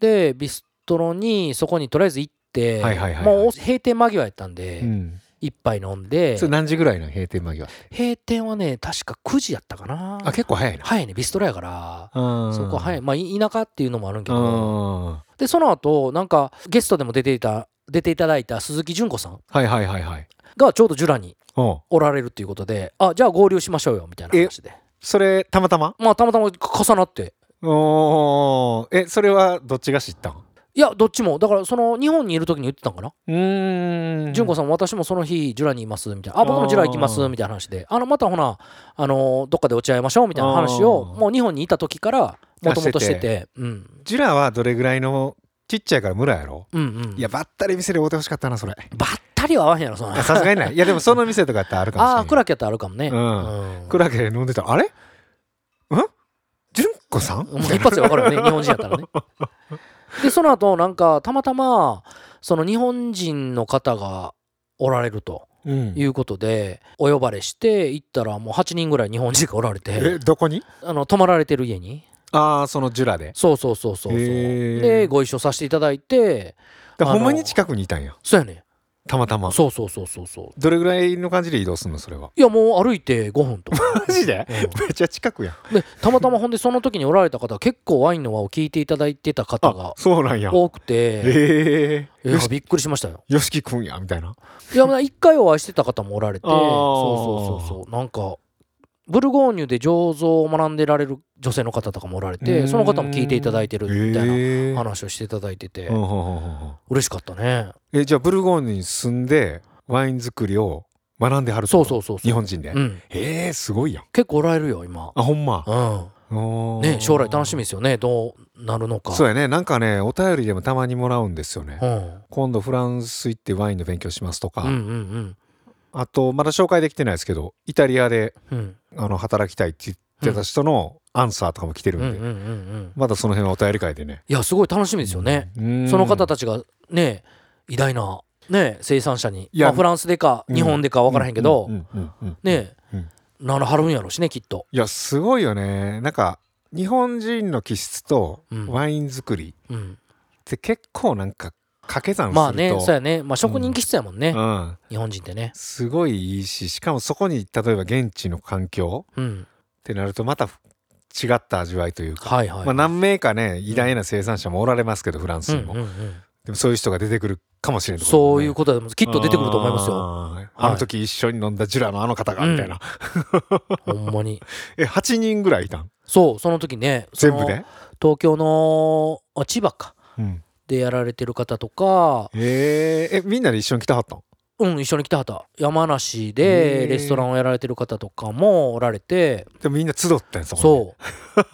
Speaker 1: でビストロにそこにとりあえず行って、
Speaker 2: はいはいはいはい
Speaker 1: もう閉店間際やったんで、
Speaker 2: ーうん、
Speaker 1: 一杯飲んで
Speaker 2: それ何時ぐらいの閉店間際
Speaker 1: 閉店はね確か9時やったかな
Speaker 2: あ結構早いな
Speaker 1: 早いねビストロやからそこは早
Speaker 2: い
Speaker 1: いまあい田舎っていうのもあるんけ
Speaker 2: う
Speaker 1: ど
Speaker 2: んは
Speaker 1: でその後なんかゲストでも出ていた出ていただいた鈴木純子さん
Speaker 2: いはいはいはい
Speaker 1: がちょうどジュラに
Speaker 2: うん
Speaker 1: おられるということであじゃあ合流しましょうよみたいな話で
Speaker 2: それたまたま
Speaker 1: まあたまたま重なって
Speaker 2: おーえそれはどっちが知ったん
Speaker 1: いやどっちもだからその日本にいる時に言ってたんかな
Speaker 2: うーん
Speaker 1: 純子
Speaker 2: さ
Speaker 1: さんも私もその日ジュラにいますみたいなあ僕もジュラ行きますみたいな話であのまたほなあのどっかで落ち合いましょうみたいな話を
Speaker 2: あー
Speaker 1: もう日本にいた時からもともとしててうん
Speaker 2: ジュラはどれぐらいのちっちゃいから村やろ
Speaker 1: うんうん
Speaker 2: いやばったり店で会うてほしかったなそれ
Speaker 1: ばったりは合わへんやろそんな
Speaker 2: あさすがにないいやでもその店とかってあるかもしれな
Speaker 1: あ
Speaker 2: い
Speaker 1: あクラケットあるかもね
Speaker 2: うん
Speaker 1: うん
Speaker 2: クラゲ飲んでたらあれん純子さん
Speaker 1: もう一発で分かるよね 日本人やったらねでその後なんかたまたまその日本人の方がおられると
Speaker 2: うん
Speaker 1: いうことでお呼ばれして行ったらもう8人ぐらい日本人がおられ
Speaker 2: え
Speaker 1: て
Speaker 2: どこに
Speaker 1: あの泊まられてる家に
Speaker 2: ああそのジュラで
Speaker 1: そうそうそうそうそう
Speaker 2: へー
Speaker 1: でご一緒させていただいて
Speaker 2: だから
Speaker 1: あの
Speaker 2: ほんまに近くにいたんや
Speaker 1: そうやね
Speaker 2: たまたま
Speaker 1: そうそうそうそうそう
Speaker 2: どれぐらいの感じで移動するのそれはい
Speaker 1: やもう歩いて5分とか
Speaker 2: マジで
Speaker 1: うん
Speaker 2: めっちゃ近くやん
Speaker 1: でたまたまほんでその時におられた方結構ワインの輪を聞いていただいてた方が
Speaker 2: あそうなんや
Speaker 1: 多くて、
Speaker 2: ええ
Speaker 1: いやびっくりしましたよ。
Speaker 2: よしきくんやみたいない
Speaker 1: やまあ一回お会いしてた方もおられて
Speaker 2: あー
Speaker 1: そうそうそうそうなんかブルゴーニュで醸造を学んでられる女性の方とかもおられ
Speaker 2: うー
Speaker 1: て
Speaker 2: ん
Speaker 1: その方も聞いていただいてるみたいな
Speaker 2: ええ
Speaker 1: 話をしていただいてて
Speaker 2: うんうんうんうんうん
Speaker 1: 嬉しかったね。
Speaker 2: えじゃあブルゴーニュに住んでワイン作りを学んではるってこと
Speaker 1: そうそうそうそう
Speaker 2: 日本人で
Speaker 1: うん、
Speaker 2: ええすごいやん
Speaker 1: 結構おられるよ今。
Speaker 2: あほんま
Speaker 1: う
Speaker 2: おー
Speaker 1: ん、ね将来楽しみですよねどうなるのか。
Speaker 2: そうやねなんかねお便りでもたまにもらうんですよね
Speaker 1: うん
Speaker 2: 今度フランス行ってワインの勉強しますとか、
Speaker 1: うんうん
Speaker 2: あとまだ紹介できてないですけどイタリアで
Speaker 1: うんうん
Speaker 2: あの働きたいって言ってた人のアンサーとかも来てるん
Speaker 1: うんう
Speaker 2: で、
Speaker 1: んうんうん。
Speaker 2: まだその辺はお便り会でね
Speaker 1: いやすごい楽しみですよね。
Speaker 2: うん
Speaker 1: その方たちがね偉大な、ね、生産者に、
Speaker 2: いや
Speaker 1: まあ、フランスでか
Speaker 2: うん
Speaker 1: 日本でか分からへんけど、
Speaker 2: うんうんうんうん
Speaker 1: ね
Speaker 2: うん
Speaker 1: 名の張るんやろしねきっと。
Speaker 2: いやすごいよねなんか日本人の気質と
Speaker 1: うん
Speaker 2: ワイン作りっ
Speaker 1: うん、
Speaker 2: て結構なんか掛け算すると
Speaker 1: まあねそうやね、まあ、職人気質やもんね、
Speaker 2: うん、
Speaker 1: 日本人ってね。
Speaker 2: すごいいいししかもそこに例えば現地の環境
Speaker 1: う
Speaker 2: っ
Speaker 1: ん、
Speaker 2: てなるとまた違った味わいというか、
Speaker 1: はいはい。
Speaker 2: まあ、何名かね偉大な生産者もおられますけどフランス
Speaker 1: うん
Speaker 2: にも、
Speaker 1: うんうん
Speaker 2: でもそういう人が出てくるかもしれない、
Speaker 1: そういうことでもきっと出てくると思いますよ。
Speaker 2: あーあの時一緒に飲んだジュラのあの方がみたいな、
Speaker 1: ほんまに。
Speaker 2: え8人ぐらいいたん
Speaker 1: そう、その時ね、そ
Speaker 2: 全
Speaker 1: の
Speaker 2: 部で、
Speaker 1: 東京のあ千葉か
Speaker 2: うん
Speaker 1: でやられてる方とか、
Speaker 2: えーえみんなで一緒に来たはったん
Speaker 1: うん、一緒に来た方、山梨
Speaker 2: へー
Speaker 1: でレストランをやられてる方とかもおられて、
Speaker 2: でもみんな集ったんそこ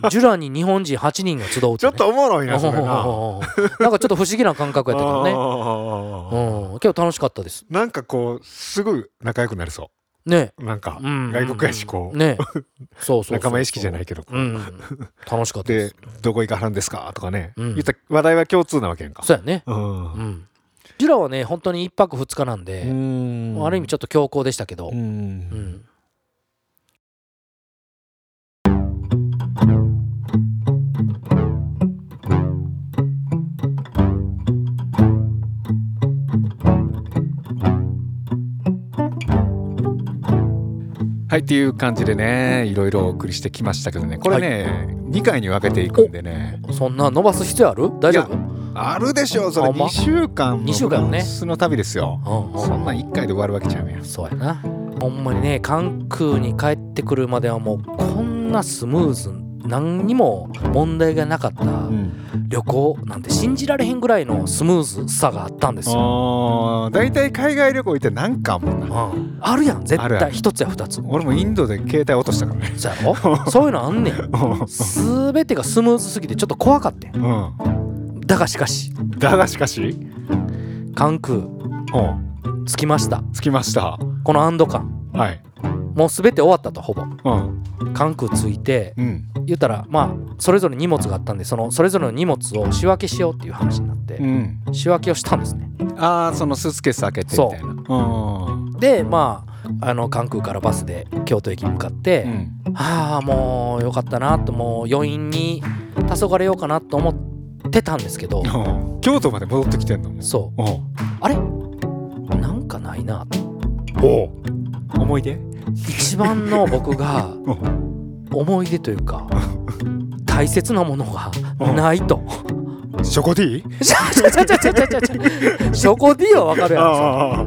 Speaker 2: に
Speaker 1: そう。ジュラに日本人8人が集う
Speaker 2: ちょっとおもろい
Speaker 1: ね
Speaker 2: なそれな
Speaker 1: おうおうおうおうなんかちょっと不思議な感覚やったけどね。
Speaker 2: あー
Speaker 1: うん、今日楽しかったです。
Speaker 2: なんかこうすぐ仲良くなりそ
Speaker 1: ね
Speaker 2: なんか
Speaker 1: うん
Speaker 2: 外国やしこう
Speaker 1: ねそうそうそ う
Speaker 2: 仲間意識じゃないけど
Speaker 1: うん楽しかったで
Speaker 2: ですどこ行かはるんですかとかね
Speaker 1: うん
Speaker 2: 言った話題は共通なわけやんか
Speaker 1: そうやね
Speaker 2: うん
Speaker 1: うんジュラはね本当に一泊二日なんで、
Speaker 2: うん
Speaker 1: ある意味ちょっと強行でしたけど、
Speaker 2: う
Speaker 1: うんん
Speaker 2: はいっていう感じでねいろいろお送りしてきましたけどねこれね2回に分けていくんでね
Speaker 1: そんな伸ばす必要ある大丈夫、
Speaker 2: あるでしょうそれ
Speaker 1: ほんま
Speaker 2: 2週間
Speaker 1: 二週間
Speaker 2: のフ
Speaker 1: ね
Speaker 2: ランスの旅ですよ
Speaker 1: うんうん
Speaker 2: そんなん1回で終わるわけちゃうやん
Speaker 1: そうやなほんまにね関空に帰ってくるまではもうこんなスムーズ何にも問題がなかった
Speaker 2: うん
Speaker 1: 旅行なんて信じられへんぐらいのスムーズさがあったんですよ、
Speaker 2: あー大体海外旅行行って何かあんもんな
Speaker 1: う、
Speaker 2: ん
Speaker 1: あるやん絶
Speaker 2: あるあ
Speaker 1: 対
Speaker 2: る
Speaker 1: 一つや二つ
Speaker 2: 俺もインドで携帯落としたからね
Speaker 1: そう やろそういうのあんねん全てがスムーズすぎてちょっと怖かってん
Speaker 2: うん
Speaker 1: だがしかし
Speaker 2: だがしかし
Speaker 1: 関空
Speaker 2: うん
Speaker 1: 着きました
Speaker 2: 着きました
Speaker 1: この安堵感
Speaker 2: はい
Speaker 1: もう全て終わったとほぼ
Speaker 2: うん
Speaker 1: 関空着いて
Speaker 2: うん
Speaker 1: 言ったらまあそれぞれ荷物があったんでそのそれぞれの荷物を仕分けしようっていう話になって、
Speaker 2: うん
Speaker 1: 仕分けをしたんですね
Speaker 2: ああそのスーツケース開けてみたいなうん
Speaker 1: でまああの関空からバスで京都駅に向かって、
Speaker 2: うん
Speaker 1: ああもうよかったなともう余韻に黄昏ようかなと思ってたんですけど
Speaker 2: うん京都まで戻ってきてんのもう
Speaker 1: そ
Speaker 2: うん
Speaker 1: うあれなんかないなと
Speaker 2: おう思い出
Speaker 1: 一番の僕 が
Speaker 2: うん
Speaker 1: 思い出というか大切なものがないと。
Speaker 2: ショコティー
Speaker 1: ちゃちゃちゃちゃちゃちゃちゃちゃそこではわかるやろ
Speaker 2: あ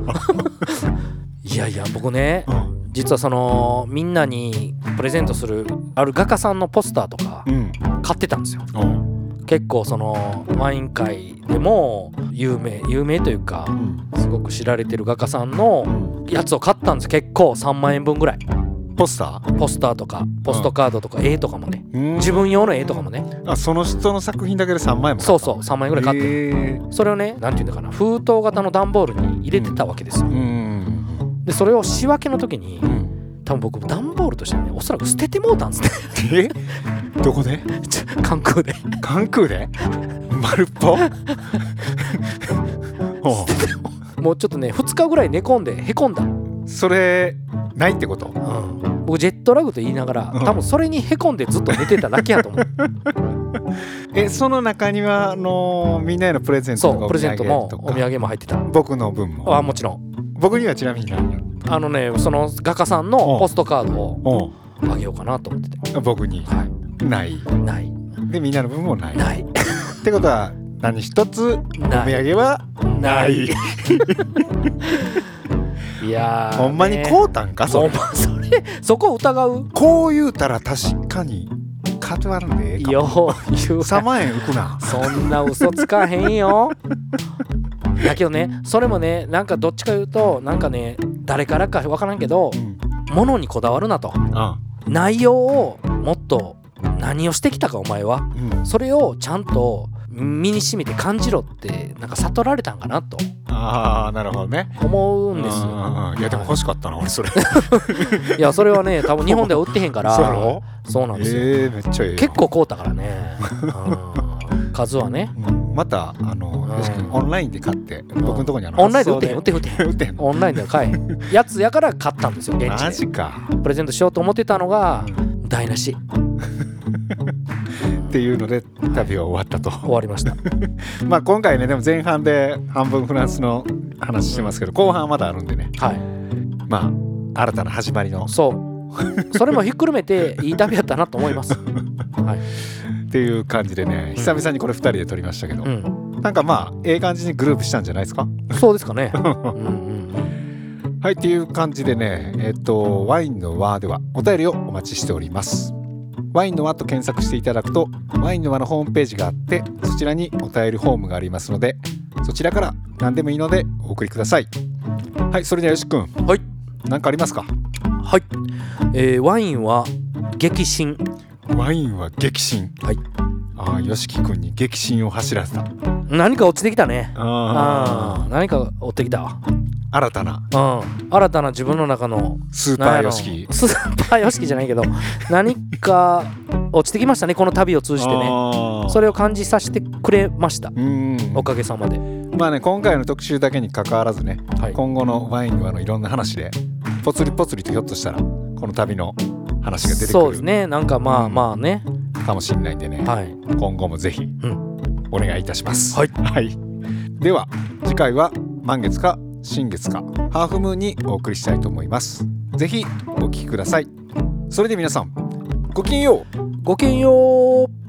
Speaker 1: いやいや僕ね
Speaker 2: あうん
Speaker 1: 実はそのみんなにプレゼントするある画家さんのポスターとか
Speaker 2: うん
Speaker 1: 買ってたんですよ
Speaker 2: うん
Speaker 1: 結構そのワイン界でも有名有名という
Speaker 2: う
Speaker 1: か
Speaker 2: ん
Speaker 1: すごく知られてる画家さんのやつを買ったんです結構3万円分ぐらい
Speaker 2: ポスタ
Speaker 1: ポスターとかポストカードとか絵とかもね
Speaker 2: ー
Speaker 1: 自分用の絵とかもね
Speaker 2: あその人の作品だけで3枚も
Speaker 1: そうそう3万円ぐらい買って
Speaker 2: え
Speaker 1: それをね何て言うんだかな封筒型の段ボールに入れてたわけですよ
Speaker 2: うん
Speaker 1: でそれを仕分けの時に
Speaker 2: うん
Speaker 1: 多分僕段ボールとしてねおそらく捨ててもうたんですね
Speaker 2: えどこで
Speaker 1: ちょ関空で
Speaker 2: 関空で丸っ ぽお
Speaker 1: もうちょっとね2日ぐらい寝込んでへこんだ、
Speaker 2: うそれないってこと
Speaker 1: 僕ジェットラグと言いながら
Speaker 2: うん
Speaker 1: 多分それにへこんでずっと寝てただけや と思う
Speaker 2: えその中にはあのみんなへのプレゼント
Speaker 1: そ
Speaker 2: とか
Speaker 1: う
Speaker 2: お
Speaker 1: プレ
Speaker 2: 土
Speaker 1: ゼント
Speaker 2: 産
Speaker 1: も
Speaker 2: と
Speaker 1: お土
Speaker 2: か
Speaker 1: 産も入ってた
Speaker 2: 僕の分も
Speaker 1: あもちろん
Speaker 2: 僕にはちなみに何や
Speaker 1: あのねその画家さんの
Speaker 2: うん
Speaker 1: ポストカードを
Speaker 2: おう
Speaker 1: あげようかなと思ってて
Speaker 2: 僕に
Speaker 1: は
Speaker 2: ない
Speaker 1: いない
Speaker 2: でみんなの分もないっ
Speaker 1: ない
Speaker 2: てことは何一つお
Speaker 1: な
Speaker 2: 土
Speaker 1: い
Speaker 2: 産はない
Speaker 1: いやー
Speaker 2: ほんまに
Speaker 1: ね
Speaker 2: こうたんかそ
Speaker 1: ほ
Speaker 2: れ
Speaker 1: んまそれそこ疑う
Speaker 2: こう言うたら確かに買わんでええか
Speaker 1: よう言う
Speaker 2: 3万円浮くな
Speaker 1: そんな嘘つかへんよ。だけどねそれもねなんかどっちか言うとなんかね誰からか分からんけど
Speaker 2: うん
Speaker 1: 物にこだわるなと
Speaker 2: あ
Speaker 1: 内容をもっと何をしてきたかお前は
Speaker 2: うん
Speaker 1: それをちゃんと身に染みて感じろってなんか悟られたんかなと
Speaker 2: ああなるほどね
Speaker 1: 思うんです
Speaker 2: うんうん
Speaker 1: よ
Speaker 2: うんいやでも欲しかったな俺それ
Speaker 1: いやそれはね多分日本では売ってへんから
Speaker 2: そうやろ
Speaker 1: そうなんですよ、
Speaker 2: ええめっちゃええ
Speaker 1: 結構買うたからねうん数はね
Speaker 2: うんまたあの
Speaker 1: うん
Speaker 2: 確かにオンラインで買って僕のとこにあの
Speaker 1: オンラインで売ってへん売っ
Speaker 2: 発
Speaker 1: てへん売ってへん
Speaker 2: 送で売ってへんの
Speaker 1: オンラインでは買えへんやつやから買ったんですよ現
Speaker 2: マ
Speaker 1: 地で
Speaker 2: ジか
Speaker 1: プレゼントしようと思ってたのが
Speaker 2: うん
Speaker 1: 台無し
Speaker 2: っていうので旅は終わった
Speaker 1: 終
Speaker 2: と
Speaker 1: わりました
Speaker 2: まあ今回ねでも前半で半分フランスの話してますけど後半まだあるんでね
Speaker 1: はい
Speaker 2: まあ新たな始まりの
Speaker 1: そうそれもひっくるめていい旅やったなと思いますはい、
Speaker 2: っていう感じでね久々にこれ2人で撮りましたけど
Speaker 1: うん、
Speaker 2: なんかまあええ感じにグループしたんじゃないですか
Speaker 1: そうですかねうんうん
Speaker 2: はいっていう感じでねえっ、とワインの輪ではお便りをお待ちしておりますワインの輪と検索していただくとワインの輪のホームページがあってそちらにお便りフォームがありますのでそちらから何でもいいのでお送りくださいはいそれではよしくん
Speaker 1: うんはい
Speaker 2: 何かありますか
Speaker 1: はい、えーワインは激震
Speaker 2: ワインは激震
Speaker 1: はい
Speaker 2: ああよしきくんに激震を走らせた
Speaker 1: 何か落ちてきたね
Speaker 2: あ
Speaker 1: あー何か追ってきたわ
Speaker 2: 新たな
Speaker 1: うん、新たな自分の中の
Speaker 2: スーパ
Speaker 1: なんや
Speaker 2: ー
Speaker 1: ろ
Speaker 2: よしき
Speaker 1: スーパーよしきじゃない けど何か落ちてきましたねこの旅を通じてね
Speaker 2: あー
Speaker 1: それを感じさせてくれました
Speaker 2: うん
Speaker 1: おかげさまで、
Speaker 2: まあね今回の特集だけに関わらずね
Speaker 1: はい、
Speaker 2: 今後のワインはあのいろんな話でぽつりぽつりとひょっとしたらこの旅の話が出て
Speaker 1: そうです
Speaker 2: く
Speaker 1: ねなんかまあまあね、
Speaker 2: るかもしれないんでね
Speaker 1: はい
Speaker 2: 今後もぜひお願いいたします、
Speaker 1: はい
Speaker 2: はい、では次回は満月か新月かハーフムーンにお送りしたいと思いますぜひお聞きくださいそれでは皆さんごきげんよう
Speaker 1: ごきげんよう